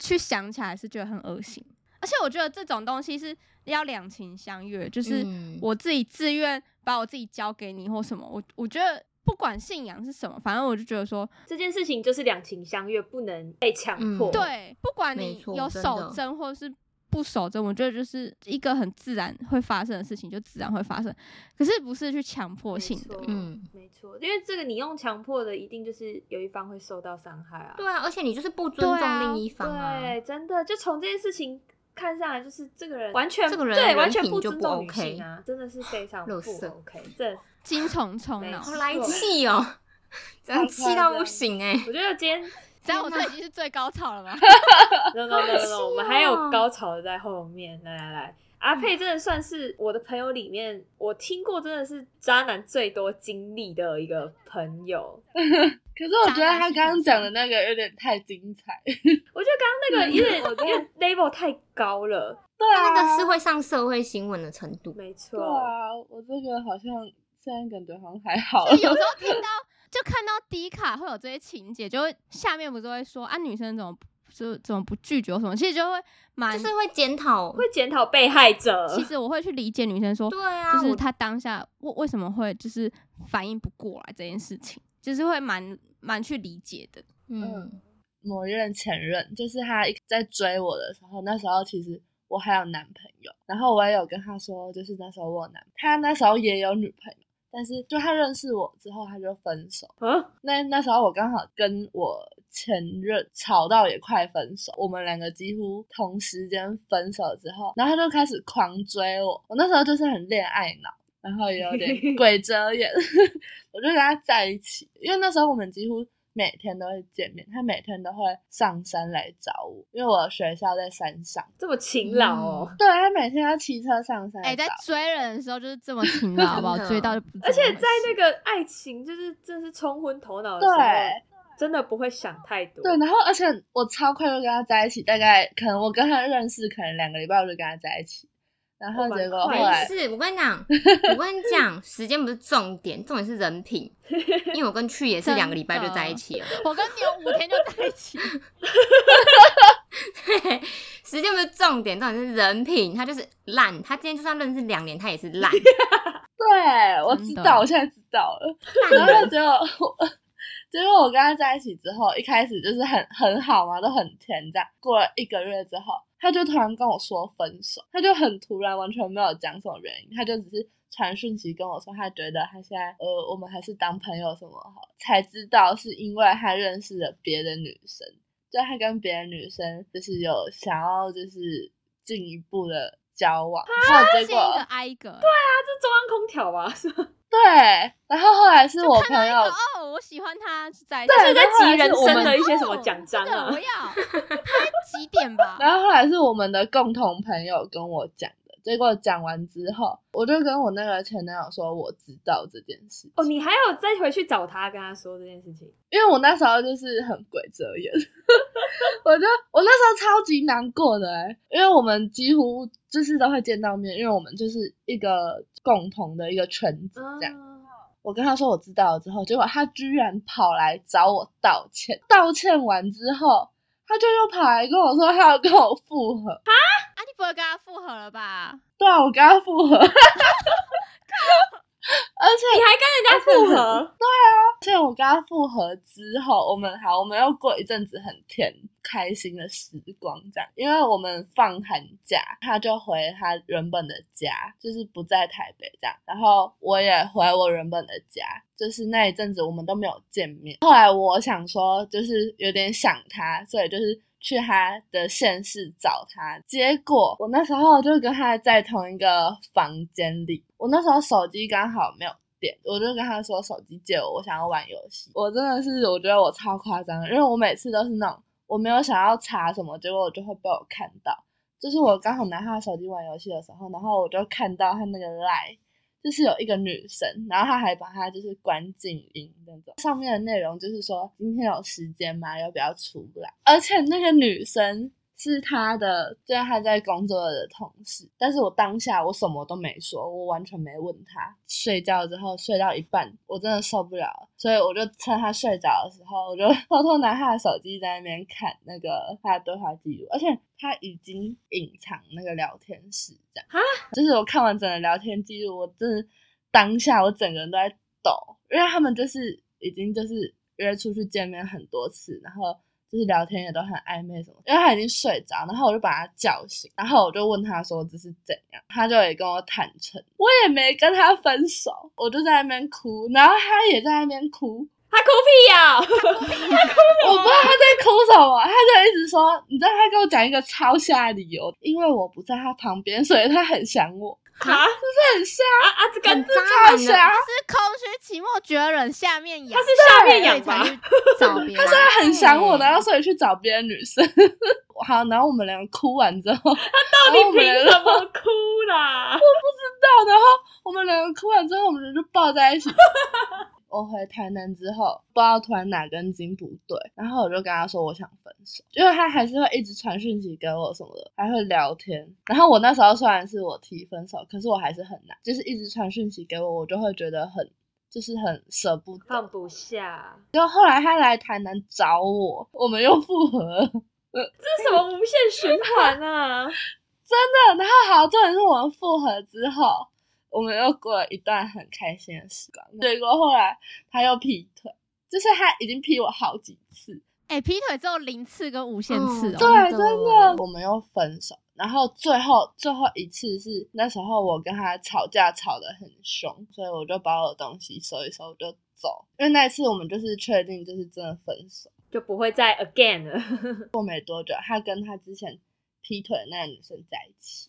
Speaker 4: 去想起来是觉得很恶心，而且我觉得这种东西是要两情相悦，就是
Speaker 1: 嗯
Speaker 4: 我自己自愿把我自己交给你或什么，我我觉得不管信仰是什么，反正我就觉得说
Speaker 3: 这件事情就是两情相悦，不能被强迫。
Speaker 1: 嗯
Speaker 4: 对，不管
Speaker 1: 没
Speaker 4: 你
Speaker 1: 错
Speaker 4: 有
Speaker 1: 真
Speaker 4: 守
Speaker 1: 的
Speaker 4: 贞或是不守贞，我觉得就是一个很自然会发生的事情，就自然会发生。可是不是去强迫
Speaker 3: 没
Speaker 4: 性的
Speaker 3: 错，，
Speaker 1: 嗯
Speaker 3: 没错，因为这个你用强迫的，一定就是有一方会受到伤害啊。
Speaker 1: 对啊，而且你就是不尊
Speaker 4: 对
Speaker 1: 重
Speaker 4: 啊
Speaker 1: 另一方啊。
Speaker 3: 对，真的，就从这件事情看上来，就是这个人完全
Speaker 1: 这个人
Speaker 3: 对
Speaker 1: 人
Speaker 3: 完全
Speaker 1: 品就
Speaker 3: 尊
Speaker 1: 不
Speaker 3: 重女
Speaker 1: OK
Speaker 3: 性啊，真的是非常不
Speaker 1: 垃圾
Speaker 3: OK。这
Speaker 4: 精虫
Speaker 1: [LAUGHS]
Speaker 4: 充
Speaker 3: 没
Speaker 4: 脑
Speaker 1: 好。
Speaker 3: 错
Speaker 1: 来气哦、真的气到不行哎、
Speaker 3: 我觉得今天
Speaker 4: 这样我
Speaker 1: 天
Speaker 4: 这
Speaker 1: 哪
Speaker 4: 已经是最高潮
Speaker 1: [LAUGHS]
Speaker 4: 了吗？
Speaker 3: no no no no，,
Speaker 1: 气
Speaker 3: no
Speaker 1: 哦
Speaker 3: 我们还有高潮的在后面。来来来，阿佩真的算是我的朋友里面，我听过真的是渣男最多经历的一个朋友。
Speaker 5: 可是我觉得他刚刚讲的那个有点太精彩。
Speaker 3: 我觉得
Speaker 5: 嗯
Speaker 3: 刚刚那个有点有点 level 太高了，
Speaker 5: [LAUGHS] 对啊，
Speaker 1: 那个是会上社会新闻的程度。
Speaker 3: 没
Speaker 5: 对
Speaker 3: 错。
Speaker 5: 啊，我这个好像现在感觉好像还好。
Speaker 4: 就有时候听到，就看到低卡会有这些情节，就会下面不是会说啊，女生怎么不就怎么不拒绝或什么，其实
Speaker 1: [LAUGHS]
Speaker 4: 就会蛮
Speaker 1: 就。是会检讨，
Speaker 3: 会检讨被害者，
Speaker 4: 其实我会去理解女生说，
Speaker 1: 对啊，
Speaker 4: 哦就是
Speaker 1: 我
Speaker 4: 她当下为为什么会就是反应不过来这件事情，就是会蛮蛮去理解的。
Speaker 1: 嗯，
Speaker 5: 某一任前任，就是他一在追我的时候，那时候其实我还有男朋友，然后我也有跟他说，就是那时候我有男，他那时候也有女朋友，但是就他认识我之后，他就分手。
Speaker 3: 啊，
Speaker 5: 那那时候我刚好跟我前任吵到也快分手，我们两个几乎同时间分手之后，然后他就开始狂追我，我那时候就是很恋爱脑，然后也
Speaker 4: [LAUGHS]
Speaker 5: 有点鬼遮眼， [LAUGHS] 我就跟他在一起，因为那时候我们几乎。每天都会见面，他每天都会上山来找我，因为我的学校在山上。
Speaker 3: 这么勤劳哦。
Speaker 5: 对他每天要骑车上山
Speaker 4: 哎、
Speaker 5: 来找
Speaker 4: 在
Speaker 5: 我。
Speaker 4: 追人的时候就是这么勤劳，好不
Speaker 3: [LAUGHS]
Speaker 4: 好？
Speaker 1: 真的
Speaker 4: 追到就不
Speaker 3: 而且在
Speaker 4: 那
Speaker 3: 那个爱情，就是真是冲昏头脑的时
Speaker 5: 对
Speaker 3: 候，真的不会想太多。
Speaker 5: 对，然后而且我超快就跟他在一起，大概可能我跟他认识可能两个礼拜我就跟他在一起，然后
Speaker 3: 哦蛮
Speaker 5: 结果后
Speaker 3: 快的
Speaker 5: 来
Speaker 1: 没事。我跟你讲，我跟你讲，时间不是重点，重点是人品。因为我跟去也是两个礼拜就在一起了，
Speaker 4: 我跟你有五天就在一
Speaker 3: [LAUGHS]
Speaker 4: 起，
Speaker 1: 时间不是重点，重点是人品。他就是烂，他今天就算认识两年，他也是烂，
Speaker 5: 对我
Speaker 4: 真
Speaker 5: 知
Speaker 4: 的
Speaker 5: 道，我现在知道了。 [LAUGHS] 然后结果我结果我跟他在一起之后，一开始就是很很好嘛，都很甜这样。过了一个月之后，他就突然跟我说分手，他就很突然，完全没有讲什么原因，他就只是传讯息跟我说，他觉得他现在呃，我们还是当朋友什么好，才知道是因为他认识了别的女生，就他跟别的女生就是有想要就是进一步的交往，然后
Speaker 4: 见
Speaker 5: 结
Speaker 4: 一
Speaker 5: 果
Speaker 4: 个挨一个。
Speaker 3: 他是中央空调啊 [LAUGHS] 吧？是吗？
Speaker 5: 对，然后后来是我朋友
Speaker 4: 哦，我喜欢他，是在
Speaker 3: 这
Speaker 4: 对
Speaker 3: 是在集人生的一些什么
Speaker 4: 哦
Speaker 3: 奖章
Speaker 4: 这个
Speaker 3: 啊 [LAUGHS]
Speaker 4: 我？要，他几点吧？
Speaker 5: 然后后来是我们的共同朋友跟我讲的，结果讲完之后，我就跟我那个前男友说我知道这件事情
Speaker 3: 哦，你还有再回去找他，跟他说这件事情。
Speaker 5: 因为我那时候就是很鬼遮眼， [LAUGHS] 我就我那时候超级难过的、欸，因为我们几乎就是都会见到面，因为我们就是一个共同的一个圈子这样。
Speaker 3: 啊
Speaker 5: 我跟他说我知道了之后，结果他居然跑来找我道歉，道歉完之后，他就又跑来跟我说他要跟我复合。
Speaker 4: 啊，你不会跟他复合了吧？
Speaker 5: 对啊，我跟他复 [LAUGHS] 合，而且
Speaker 3: 你还跟人家复
Speaker 5: 而
Speaker 3: 合？
Speaker 5: 且我跟他复合之后，我们好，我们又过一阵子很甜开心的时光，这样，因为我们放寒假，他就回他原本的家，就是不在台北这样，然后我也回我原本的家，就是那一阵子我们都没有见面。后来我想说，就是有点想他，所以就是。去他的县市找他，结果我那时候就跟他在同一个房间里，我那时候手机刚好没有点，我就跟他说手机借我，我想要玩游戏。我真的是我觉得我超夸张的，因为我每次都是那种我没有想要查什么，结果我就会被我看到。就是我刚好拿他的手机玩游戏的时候，然后我就看到他那个 line，就是有一个女生，然后她还把她就是关静音那种，上面的内容就是说今天有时间吗？要不要出来？而且那个女生是她的，就是她在工作的同事，但是我当下我什么都没说，我完全没问她。睡觉之后睡到一半，我真的受不了了，所以我就趁她睡着的时候，我就 [LAUGHS] 偷偷拿她的手机在那边看那个她的对话记录，而且她已经隐藏那个聊天室这样。就是我看完整个聊天记录，我真的当下我整个人都在抖，因为他们就是已经就是约出去见面很多次，然后就是聊天也都很暧昧什么，因为他已经睡着，然后我就把他叫醒，然后我就问他说这是怎样，他就也跟我坦诚，我也没跟他分手，我就在那边哭，然后他也在那边哭，
Speaker 3: 他哭屁啊呀！
Speaker 5: 我不知道他在哭什么，他就一直说，你知道他跟我讲一个超瞎的理由，因为我不在他旁边，所以他很想我，
Speaker 3: 啊
Speaker 5: 这很瞎。
Speaker 3: 啊啊！这个
Speaker 1: 很渣
Speaker 5: 超
Speaker 1: 男的
Speaker 5: 瞎，
Speaker 4: 是空虚、寂寞、觉人，下面痒，
Speaker 3: 啊他是下面痒吧
Speaker 4: 所以才去找
Speaker 3: [LAUGHS]
Speaker 4: 别人。哎
Speaker 5: 他很想我，
Speaker 3: 啊
Speaker 5: 然后所以去找别的女生。好，然后我们两个哭完之后，他
Speaker 3: 到底凭什么哭啦？
Speaker 5: 然后我们两个哭完之后，我们就抱在一起。 [LAUGHS] 我回台南之后，不知道突然哪根筋不对，然后我就跟他说我想分手，因为他还是会一直传讯息给我什么的，还会聊天。然后我那时候虽然是我提分手，可是我还是很难，就是一直传讯息给我，我就会觉得很就是很舍不得。
Speaker 3: 放不下，
Speaker 5: 就后来他来台南找我，我们又复合了。
Speaker 3: 这是什么无限循环啊？
Speaker 5: 然后好，重点是我们复合之后，我们又过了一段很开心的时光。结果后来他又劈腿，就是他已经劈我好几次，
Speaker 4: 哎、劈腿只有零次跟无限
Speaker 3: 嗯
Speaker 4: 次
Speaker 1: 哦
Speaker 4: 哦。
Speaker 1: 对
Speaker 5: 对，真
Speaker 1: 真的
Speaker 5: 的，我们又分手。然后最后最后一次是那时候我跟他吵架吵得很凶，所以我就把我的东西收一收我就走，因为那一次我们就是确定就是真的分手。
Speaker 3: 就不会再 again 了。 [LAUGHS]
Speaker 5: 过没多久，他跟他之前劈腿的那个女生在一起，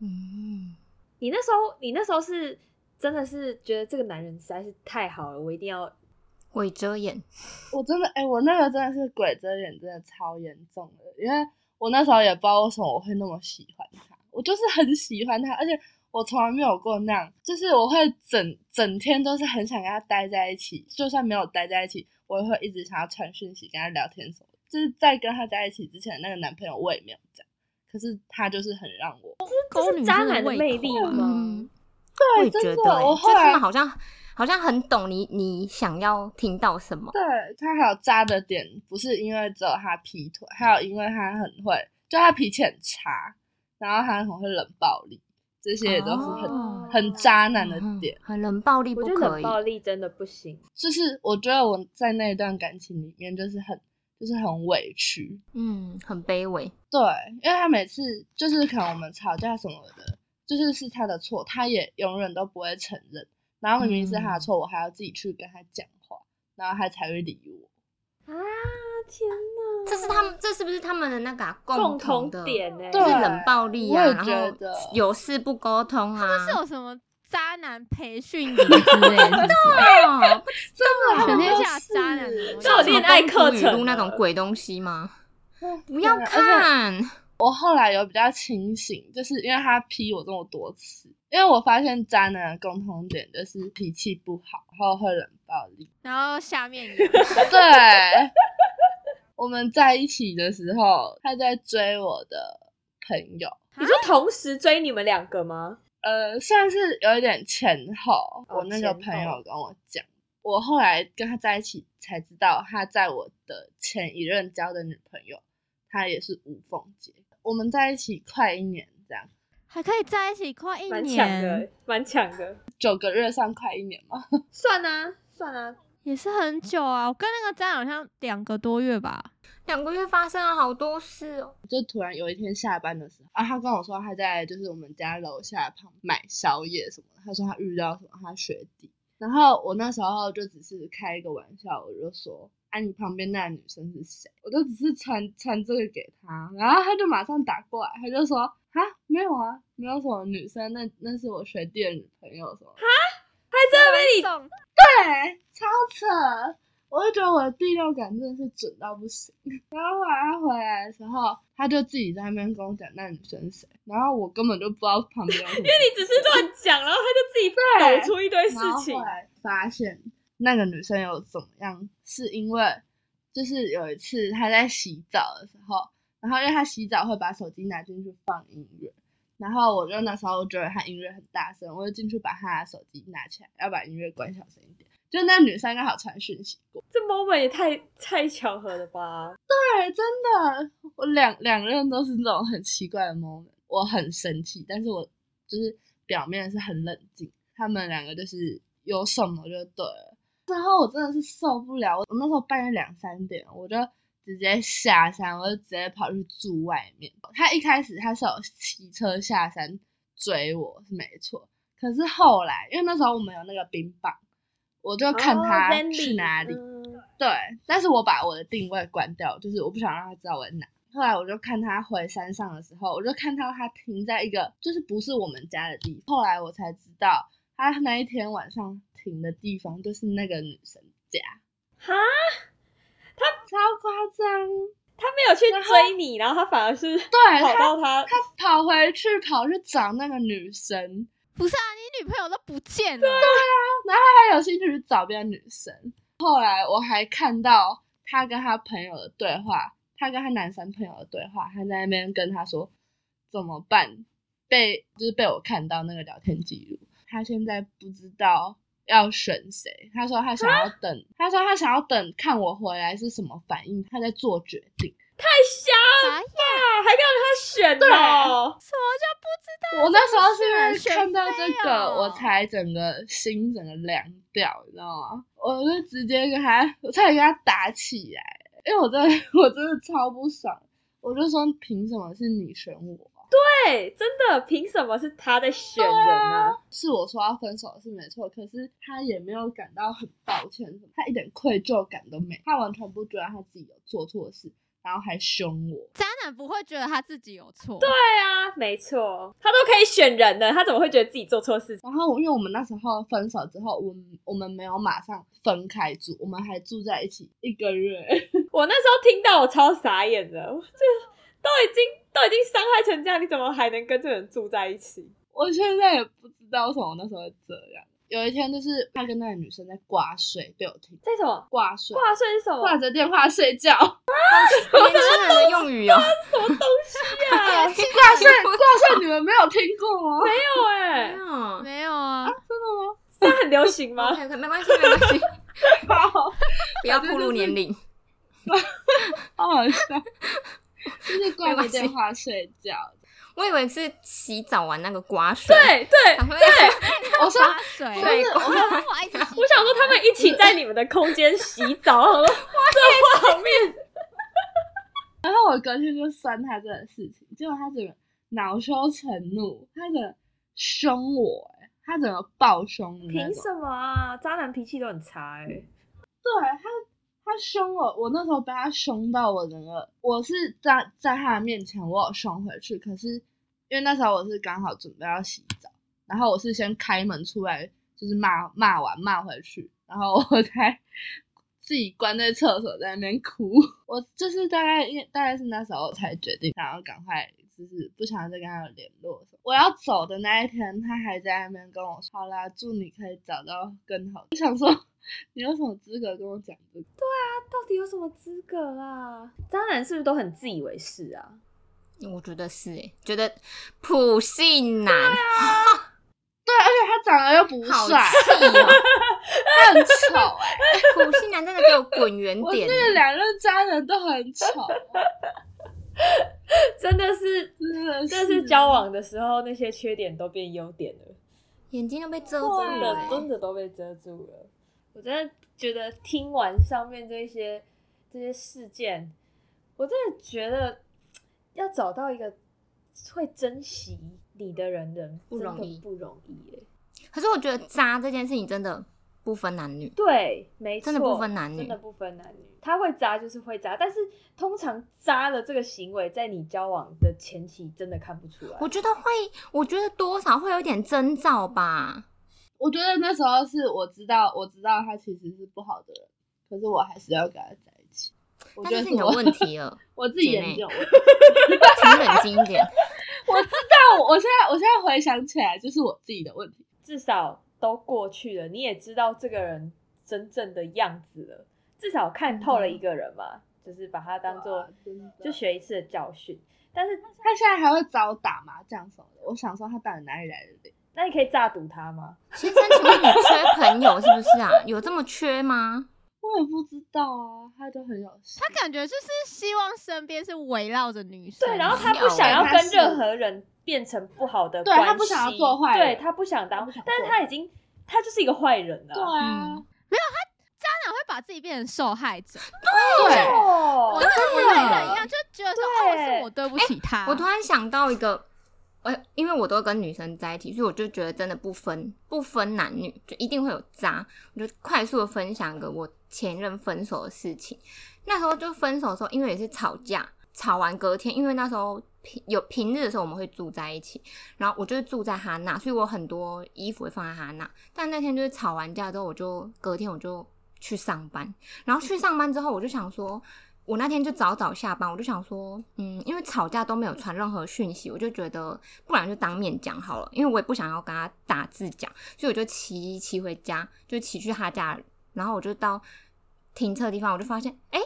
Speaker 1: 嗯，
Speaker 3: 你那时候，你那时候是真的是觉得这个男人实在是太好了，我一定要
Speaker 1: 鬼遮眼，
Speaker 5: 我真的哎、我那个真的是鬼遮眼，真的超严重的，因为我那时候也不知道为什么我会那么喜欢他，我就是很喜欢他，而且我从来没有过那样，就是我会整整天都是很想跟他待在一起，就算没有待在一起，我也会一直想要传讯息跟他聊天什么的。就是在跟他在一起之前，那个男朋友我也没有这样，可是他就是很让我
Speaker 4: 狗
Speaker 3: 这
Speaker 4: 女真
Speaker 3: 是渣男的
Speaker 4: 胃
Speaker 3: 魅
Speaker 4: 口
Speaker 3: 力
Speaker 4: 啊
Speaker 3: 吗？
Speaker 1: 嗯我
Speaker 5: 对，
Speaker 1: 也觉
Speaker 5: 真
Speaker 1: 得、
Speaker 5: 的，
Speaker 1: 欸，
Speaker 5: 我后
Speaker 1: 就他
Speaker 5: 来
Speaker 1: 们好像好像很懂你，你想要听到什么。
Speaker 5: 对他还有渣的点，不是因为只有他劈腿，还有因为他很会，就他脾气很差，然后他很会冷暴力，这些也都是很、
Speaker 1: 哦
Speaker 5: 很渣男的
Speaker 1: 嗯
Speaker 5: 点。
Speaker 1: 很冷暴力
Speaker 3: 我
Speaker 1: 不
Speaker 3: 觉得
Speaker 1: 可
Speaker 3: 冷
Speaker 1: 以，
Speaker 3: 暴力真的不行。
Speaker 5: 啊就是我觉得我在那一段感情里面，就是很就是很委屈，
Speaker 1: 嗯，很卑微，
Speaker 5: 对，因为他每次就是可能我们吵架什么的，就是是他的错，他也永远都不会承认，然后明明是他
Speaker 1: 嗯
Speaker 5: 的错，我还要自己去跟他讲话，然后他才会理我。
Speaker 3: 啊！天哪，
Speaker 1: 这是他们，这是不是他们的那个、啊、
Speaker 3: 共
Speaker 1: 同
Speaker 3: 同
Speaker 1: 的？
Speaker 3: 点欸呢、
Speaker 1: 就是
Speaker 5: 对
Speaker 1: 冷暴力啊，
Speaker 5: 我也
Speaker 1: 然
Speaker 5: 觉
Speaker 1: 后
Speaker 5: 得
Speaker 1: 有事不沟通啊，
Speaker 4: 是有什么渣男培训营之类的是
Speaker 1: 哦，
Speaker 4: 不是？
Speaker 5: 真
Speaker 4: 全
Speaker 5: 的，
Speaker 4: 天下渣男哦怎么样
Speaker 3: 这有
Speaker 1: 什
Speaker 3: 恋
Speaker 1: 么
Speaker 3: 爱课
Speaker 1: 公主语录
Speaker 3: 程
Speaker 1: 那
Speaker 3: 啊
Speaker 1: 种鬼东西吗？
Speaker 5: 不
Speaker 1: 不要看，
Speaker 5: 我后来有比较清醒，就是因为他批我这么多次，因为我发现渣男的共同点就是脾气不好，然后会冷暴力。
Speaker 4: 然后下面
Speaker 3: [LAUGHS]
Speaker 4: 有
Speaker 5: 对，我们在一起的时候，他在追我的朋友，
Speaker 3: 你说同时追你们两个吗？
Speaker 5: 呃，算是有一点前后。
Speaker 3: 哦
Speaker 5: 我那个
Speaker 3: 前
Speaker 5: 朋
Speaker 3: 后
Speaker 5: 友跟我讲，我后来跟他在一起才知道，他在我的前一任交的女朋友，她也是无缝接。我们在一起快一年这样。
Speaker 4: 还可以在一起快一
Speaker 3: 蛮强
Speaker 4: 年，
Speaker 3: 的，欸蛮强的。
Speaker 5: 九个月算快一年吗？
Speaker 3: 算啊，算啊，
Speaker 4: 也是很久啊。我跟那个渣男好像两个多月吧。
Speaker 1: 两个月发生了好多事哦。 [LAUGHS]
Speaker 5: 就 [LAUGHS] 突然有一天下班的时候，啊，他跟我说他在就是我们家楼下旁买宵夜什么的，他说他遇到什么他学弟，然后我那时候就只是开一个玩笑，我就说，啊，你旁边那个女生是谁？我就只是传传这个给他，然后他就马上打过来，他就说，啊，没有啊，没有什么女生，那那是我学弟的女朋友什么的。
Speaker 3: 还真的被你
Speaker 5: 对，超扯！我就觉得我的第六感真的是准到不行。然后后来他回来的时候，他就自己在那边跟我讲那女生谁，然后我根本就不知道旁边有什么。因为
Speaker 3: 你只是乱讲，然后他就自己
Speaker 5: 对
Speaker 3: 抖出一堆事
Speaker 5: 然后
Speaker 3: 情
Speaker 5: 后。来发现那个女生有怎么样，是因为就是有一次她在洗澡的时候，然后因为她洗澡会把手机拿进去放音乐，然后我就那时候觉得她音乐很大声，我就进去把她的手机拿起来，要把音乐关小声一点。就那女生刚好传讯息过，
Speaker 3: 这 moment 也太太巧合了吧？
Speaker 5: 对，真的，我两两个人都是这种很奇怪的 moment，我很生气，但是我就是表面是很冷静，他们两个就是有什么就对了。然后我真的是受不了，我我那时候半夜两三点，我就直接下山，我就直接跑去住外面。他一开始他是有骑车下山追我，是没错，可是后来因为那时候我们有那个冰棒，我就
Speaker 3: 哦
Speaker 5: 看他去哪里。
Speaker 3: 嗯
Speaker 5: 对，但是我把我的定位关掉，就是我不想让他知道我在哪。后来我就看他回山上的时候，我就看到他停在一个就是不是我们家的地方。后来我才知道，他那一天晚上停的地方就是那个女生家，
Speaker 3: 哈，
Speaker 5: 超夸张。
Speaker 3: 他没有去追你，然后他反而是
Speaker 5: 对
Speaker 3: 跑
Speaker 5: 他，
Speaker 3: 到他，
Speaker 5: 他跑回去跑去找那个女生，
Speaker 4: 不是啊，你女朋友都不见了，
Speaker 3: 啊
Speaker 5: 他有兴趣去找别的女生。后来我还看到他跟他朋友的对话，他跟他男生朋友的对话，他在那边跟他说怎么办，被就是被我看到那个聊天记录，他现在不知道要选谁。他说他想要等，他说他想要等看我回来是什么反应，他在做决定。
Speaker 3: 太瞎
Speaker 4: 啥
Speaker 3: 了
Speaker 4: 呀？
Speaker 3: 吧，还让他选哦。
Speaker 4: 什么叫不知道？
Speaker 5: 我那时候是因为
Speaker 3: 啊
Speaker 4: 选
Speaker 5: 看到这
Speaker 4: 妃
Speaker 5: 个，
Speaker 4: 哦
Speaker 5: 我才整个心整个凉掉，你知道吗？我就直接跟他，我差点跟他打起来，因为我真的 [LAUGHS] 我真的超不爽，我就说凭什么是你选我啊？
Speaker 3: 对，真的，凭什么是他在选人啊？
Speaker 5: 是我说要分手是没错，可是他也没有感到很抱歉什么，他一点愧疚感都没有，他完全不觉得他自己有做错事，然后还凶我。
Speaker 4: 渣男不会觉得他自己有错，
Speaker 3: 对啊，没错，他都可以选人了，他怎么会觉得自己做错事情？
Speaker 5: 然后，因为我们那时候分手之后，我们我们没有马上分开住，我们还住在一起一个月。 [LAUGHS]
Speaker 3: 我那时候听到我超傻眼的，我就都已经都已经伤害成这样，你怎么还能跟这个人住在一起？
Speaker 5: 我现在也不知道为什么我那时候会这样。有一天，就是他跟那个女生在挂睡，被我听
Speaker 3: 在什么
Speaker 5: 挂睡，
Speaker 3: 挂睡是什么？
Speaker 5: 挂着电话睡觉，挂
Speaker 1: 年轻人的用语哦， [LAUGHS]
Speaker 3: 啊，没
Speaker 5: 睡 [LAUGHS] 挂睡，你们没有听过吗？ [LAUGHS]
Speaker 3: 有哎、
Speaker 1: 没有，
Speaker 4: 没有啊，
Speaker 3: 这很流行吗？
Speaker 1: OK，没关系，没关系，
Speaker 5: 有，
Speaker 1: 不
Speaker 5: [LAUGHS]
Speaker 1: 要暴露年龄。
Speaker 5: 好好笑， [LAUGHS] 就是挂
Speaker 1: 没关
Speaker 5: 着
Speaker 1: 系
Speaker 5: 电话睡觉。
Speaker 1: 我以为是洗澡玩那个刮水，
Speaker 3: [LAUGHS] 对对，
Speaker 1: 想说要，
Speaker 5: 我说
Speaker 4: 花水，
Speaker 1: 对
Speaker 4: 我 [LAUGHS] 我一直洗
Speaker 3: 我想说他们一起在你们的空间洗澡，我说这画面
Speaker 5: 然后我隔天就酸他这个事情，结果他整个恼羞成怒，他整个凶我、欸，他整个暴凶的那
Speaker 3: 凭
Speaker 5: 种。
Speaker 3: 什么啊？渣男脾气都很差哎、
Speaker 5: 对他，他凶我，我那时候被他凶到我整个，我是在在他的面前，我有凶回去，可是因为那时候我是刚好准备要洗澡，然后我是先开门出来，就是骂骂完骂回去，然后我 [LAUGHS] 才自己关在厕所在那边哭。我就是大概因为大概是那时候我才决定想要赶快。就是不想再跟他有联络什么。我要走的那一天，他还在那边跟我说：“好啦，祝你可以找到更好。”我想说， [LAUGHS] 你有什么资格跟我讲这个？
Speaker 3: 到底有什么资格啦？渣男是不是都很自以为是啊？[LAUGHS]
Speaker 1: [LAUGHS] 我觉得是欸，觉得普信男
Speaker 5: 对，而且他长得又不
Speaker 1: 好气
Speaker 5: 啊帅，
Speaker 1: 哦， [LAUGHS]
Speaker 5: 他很丑 [LAUGHS] 哎、
Speaker 1: 普信男真的给我滚远
Speaker 5: 我
Speaker 1: 点
Speaker 5: 这。个两任渣男都很丑，
Speaker 3: 真的是，
Speaker 5: 真的
Speaker 3: 真的是啊交往的时候那些缺点都变优点了，
Speaker 1: 眼睛都被遮住
Speaker 5: 啊
Speaker 3: 真的
Speaker 1: 了
Speaker 3: 真
Speaker 1: 欸。
Speaker 3: 的都被遮住了。我真的觉得听完上面这些这些事件，我真的觉得要找到一个会珍惜你的人，人
Speaker 1: 不容易
Speaker 3: 真的不容易耶。
Speaker 1: 可是我觉得渣这件事情真的不分男女，
Speaker 3: 对，没错，
Speaker 1: 真的不分男女
Speaker 3: 真的不分男女。他会渣就是会渣，但是通常渣的这个行为，在你交往的前期真的看不出来。
Speaker 1: 我觉得会，我觉得多少会有点征兆吧。
Speaker 5: 我觉得那时候是我知道，我知道他其实是不好的人，可是我还是要跟他在一起。我
Speaker 1: 那
Speaker 5: 觉得
Speaker 1: 就是你的
Speaker 5: 我
Speaker 1: 问，题了，
Speaker 5: 我自己
Speaker 1: 姐妹
Speaker 5: 研究。我
Speaker 1: 请冷静一点。
Speaker 5: 我知道，我现在我现在回想起来，就是我自己的问题。
Speaker 3: 至少都过去了，你也知道这个人真正的样子了，至少看透
Speaker 5: 嗯
Speaker 3: 了一个人嘛，就是把他当做
Speaker 5: 哇哦真的
Speaker 3: 就学一次的教训。但是，
Speaker 5: 他现在还会找我打麻将什么的，我想说他到底哪里来的脸？
Speaker 3: 那你可以炸赌他吗？
Speaker 1: 先生，请问你缺朋友是不是啊？有这么缺吗？
Speaker 5: 我也不知道啊，他就很有心。
Speaker 4: 他感觉就是希望身边是围绕着女
Speaker 5: 啊
Speaker 4: 生，
Speaker 3: 对，然后他不想要
Speaker 5: 欸他
Speaker 3: 跟
Speaker 5: 是
Speaker 3: 任何人变成不好的
Speaker 5: 对啊
Speaker 3: 关系，
Speaker 5: 他不想要做坏
Speaker 3: 对
Speaker 5: 人
Speaker 3: 他不想
Speaker 5: 他
Speaker 3: 当
Speaker 5: 不想，
Speaker 3: 但是
Speaker 5: 做
Speaker 3: 他已经他就是一个坏人了。
Speaker 5: 对啊，
Speaker 1: 嗯
Speaker 4: 当然会把自己变成受害者，
Speaker 5: 啊对。
Speaker 4: 我
Speaker 3: 哦
Speaker 4: 就跟那个人一样，就觉得说哦
Speaker 3: 对
Speaker 4: 是我对不起他，
Speaker 1: 哎我突然想到一个，呃，因为我都跟女生在一起，所以我就觉得真的不分不分男女，就一定会有渣。我就快速的分享一个我前任分手的事情。那时候就分手的时候，因为也是吵架，吵完隔天，因为那时候平有平日的时候我们会住在一起，然后我就是住在哈那，所以我很多衣服会放在哈那。但那天就是吵完架之后，我就隔天我就去上班，然后去上班之后，我就想说，我那天就早早下班，我就想说，嗯，因为吵架都没有传任何讯息，我就觉得不然就当面讲好了，因为我也不想要跟他打字讲，所以我就骑骑回家，就骑去他家，然后我就到停车的地方，我就发现，哎、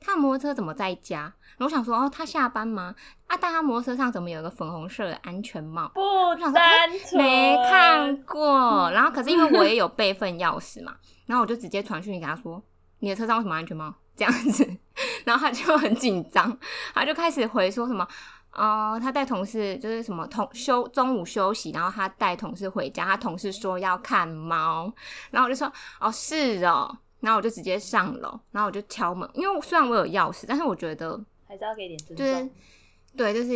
Speaker 1: 他的摩托车怎么在家？然后我想说，哦，他下班吗？啊，但他摩托车上怎么有一个粉红色的安全帽？
Speaker 3: 不
Speaker 1: 想说
Speaker 3: 单纯，
Speaker 1: 没看过。然后可是因为我也有 [LAUGHS] 备份钥匙嘛，然后我就直接传讯给他说：“你的车上为什么安全帽？”这样子， [LAUGHS] 然后他就很紧张，他就开始回说什么。呃，他带同事就是什么同休中午休息，然后他带同事回家，他同事说要看猫，然后我就说哦是哦，然后我就直接上楼，然后我就敲门，因为虽然我有钥匙，但是我觉得
Speaker 3: 还是要给点尊
Speaker 1: 就是
Speaker 3: 重。
Speaker 1: 对，就是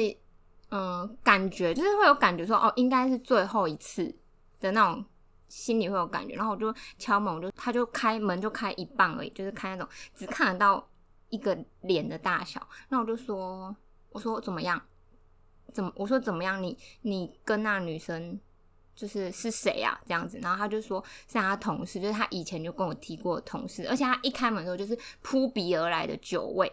Speaker 1: 嗯、呃感觉就是会有感觉说哦，应该是最后一次的那种心里会有感觉。然后我就敲门，我就他就开门就开一半而已，就是开那种只看得到一个脸的大小。那我就说，我说怎么样？怎么？我说怎么样？你你跟那女生就是是谁啊？这样子，然后他就说是他同事，就是他以前就跟我提过的同事，而且他一开门的时候就是扑鼻而来的酒味，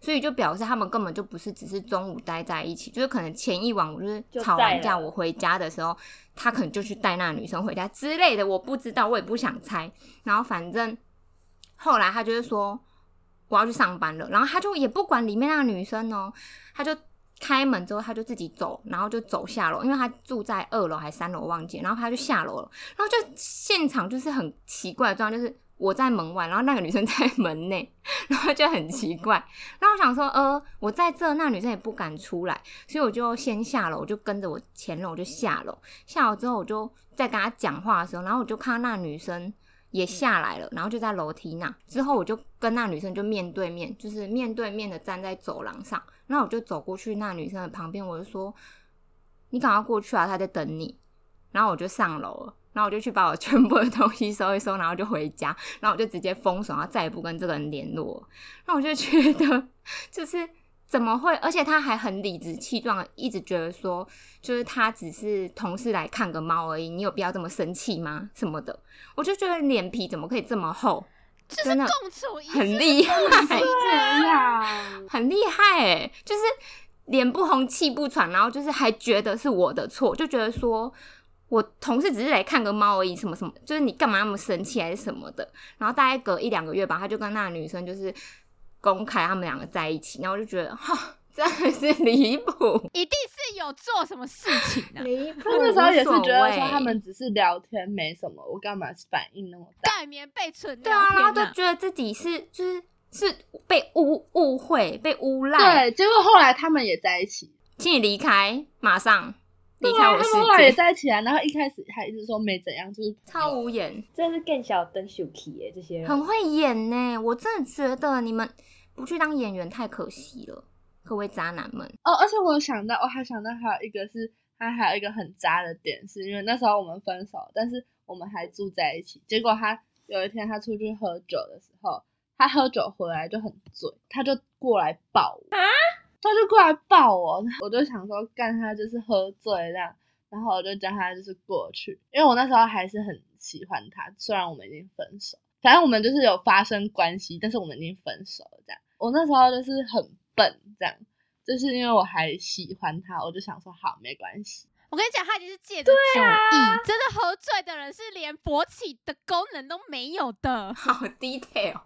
Speaker 1: 所以就表示他们根本就不是只是中午待在一起，就是可能前一晚我就是
Speaker 3: 就
Speaker 1: 吵
Speaker 3: 在
Speaker 1: 完
Speaker 3: 了
Speaker 1: 架我回家的时候，他可能就去带那女生回家之类的，我不知道，我也不想猜。然后反正后来他就是说我要去上班了，然后他就也不管里面那个女生哦、他就开门之后，他就自己走，然后就走下楼，因为他住在二楼还是三楼，我忘记了。然后他就下楼了，然后就现场就是很奇怪的状况，就是我在门外，然后那个女生在门内，然后就很奇怪。然后我想说，呃，我在这，那女生也不敢出来，所以我就先下楼，我就跟着我前楼我就下楼。下楼之后，我就在跟他讲话的时候，然后我就看到那女生。也下来了，然后就在楼梯那。之后我就跟那女生就面对面，就是面对面的站在走廊上。然后我就走过去那女生的旁边，我就说：“你赶快过去啊，她在等你。”然后我就上楼了，然后我就去把我全部的东西收一收，然后就回家，然后我就直接封锁，然后再也不跟这个人联络了。那我就觉得，就是怎么会？而且他还很理直气壮的，一直觉得说，就是他只是同事来看个猫而已，你有必要这么生气吗？什么的，我就觉得脸皮怎么可以这么厚，
Speaker 4: 就是
Speaker 1: 真的
Speaker 4: 共处一
Speaker 1: 很
Speaker 4: 室，
Speaker 1: 厉害。
Speaker 5: 这样，
Speaker 1: 很厉害哎、就是脸不红气不喘，然后就是还觉得是我的错，就觉得说我同事只是来看个猫而已，什么什么，就是你干嘛那么生气还是什么的。然后大概隔一两个月吧，他就跟那个女生就是公开他们两个在一起，然后我就觉得哈，真的是离谱，
Speaker 4: 一定是有做什么事情
Speaker 1: [LAUGHS]
Speaker 4: 的、啊。
Speaker 1: 离谱。
Speaker 5: 他那时候也是觉得
Speaker 1: 无所
Speaker 5: 说
Speaker 1: 谓
Speaker 5: 他们只是聊天没什么，我干嘛反应那么大？
Speaker 4: 盖棉被存
Speaker 1: 对啊，然后
Speaker 4: 就
Speaker 1: 就觉得自己是就是是被误误会、被诬赖，
Speaker 5: 对，结果后来他们也在一起，
Speaker 1: 请你离开，马上离
Speaker 5: 对
Speaker 1: 开
Speaker 5: 啊
Speaker 1: 我
Speaker 5: 他
Speaker 1: 世
Speaker 5: 们后来也
Speaker 1: 界，
Speaker 5: 在一起啊。然后一开始还一直说没怎样，就是
Speaker 1: 超无言。
Speaker 3: 真的是更小灯 s h k 耶，这些人
Speaker 1: 很会演呢、我真的觉得你们不去当演员太可惜了，各位渣男们。
Speaker 5: 哦，而且我有想到，我还想到还有一个是，他还有一个很渣的点，是因为那时候我们分手，但是我们还住在一起。结果他有一天他出去喝酒的时候，他喝酒回来就很醉，他就过来抱我啊，他就过来抱我，我就想说干他就是喝醉这样，然后我就叫他就是过去，因为我那时候还是很喜欢他，虽然我们已经分手。反正我们就是有发生关系，但是我们已经分手了。这样，我那时候就是很笨，这样，就是因为我还喜欢他，我就想说好，没关系。
Speaker 4: 我跟你讲，他已经是借着酒意，
Speaker 1: 啊
Speaker 4: 真的喝醉的人是连勃起的功能都没有的。
Speaker 1: 好 detail，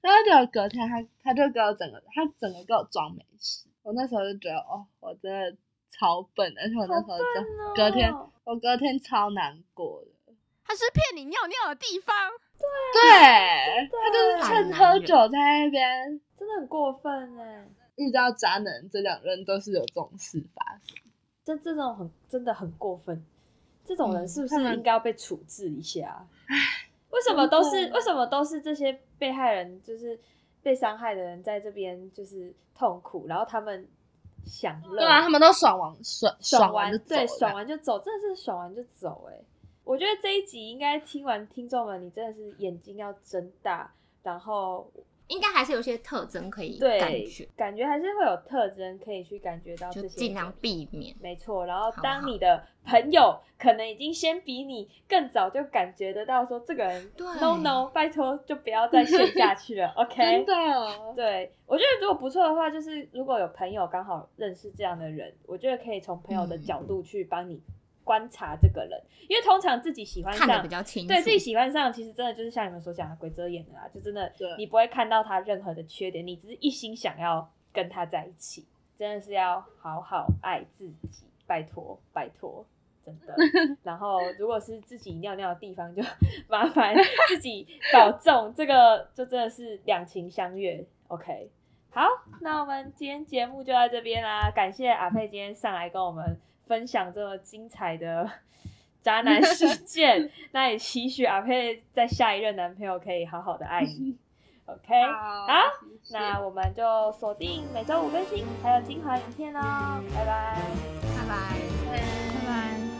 Speaker 5: 然后结果隔天他他就给我整个他整个给我装没事，我那时候就觉得哦，我真的超笨，哦而且我那时候就、
Speaker 3: 哦
Speaker 5: 隔天我隔天超难过的。
Speaker 4: 他是骗你尿尿的地方，
Speaker 5: 对，啊
Speaker 3: 对
Speaker 5: 他就是趁喝酒在那边
Speaker 3: 真的很过分哎，
Speaker 5: 遇到渣男，这两人都是有这种事发生。
Speaker 3: 这这种很真的很过分，这种人
Speaker 5: 嗯
Speaker 3: 是不
Speaker 5: 他
Speaker 3: 是
Speaker 5: 们
Speaker 3: 应该要被处置一下？为什么都是
Speaker 5: 真的
Speaker 3: 为什么都是这些被害人，就是被伤害的人在这边就是痛苦，然后他们享乐，
Speaker 5: 对啊，他们都爽完爽
Speaker 3: 爽
Speaker 5: 完就走
Speaker 3: 对，
Speaker 5: 了，
Speaker 3: 爽完就走，真的是爽完就走哎、我觉得这一集应该听完听众们，你真的是眼睛要睁大，然后
Speaker 1: 应该还是有些特征可以
Speaker 3: 对
Speaker 1: 感觉，
Speaker 3: 感觉还是会有特征可以去感觉到这
Speaker 1: 就
Speaker 3: 些，
Speaker 1: 尽量避免。
Speaker 3: 没错，然后
Speaker 1: 好
Speaker 3: 当
Speaker 1: 好
Speaker 3: 你的朋友可能已经先比你更早就感觉得到说这个人
Speaker 1: 对
Speaker 3: ，no no，拜托就不要再陷下去
Speaker 1: [LAUGHS]
Speaker 3: 了，OK？
Speaker 5: 真的。
Speaker 3: 对，我觉得如果不错的话，就是如果有朋友刚好认识这样的人，我觉得可以从朋友的
Speaker 1: 嗯
Speaker 3: 角度去帮你观察这个人，因为通常自己喜欢
Speaker 1: 看得比
Speaker 3: 上，
Speaker 1: 较清楚，
Speaker 3: 啊对自己喜欢上，其实真的就是像你们所讲的鬼遮眼的啦，啊就真的
Speaker 5: 对
Speaker 3: 你不会看到他任何的缺点，你只是一心想要跟他在一起，真的是要好好爱自己，拜托拜托。真
Speaker 1: [LAUGHS]
Speaker 3: 的，然后如果是自己尿尿的地方，就麻烦自己保重。这个就真的是两情相悦， OK，好，那我们今天节目就到这边啦，感谢阿佩今天上来跟我们分享这么精彩的渣男事
Speaker 5: [LAUGHS]
Speaker 3: 件，那也期许阿佩在下一任男朋友可以好好的爱
Speaker 5: [LAUGHS]
Speaker 3: 你。OK，好
Speaker 5: 谢谢
Speaker 3: 那我们就锁定每周五更新，还有精华影片哦，拜拜。
Speaker 1: 拜
Speaker 4: 拜
Speaker 1: 拜。
Speaker 4: 拜。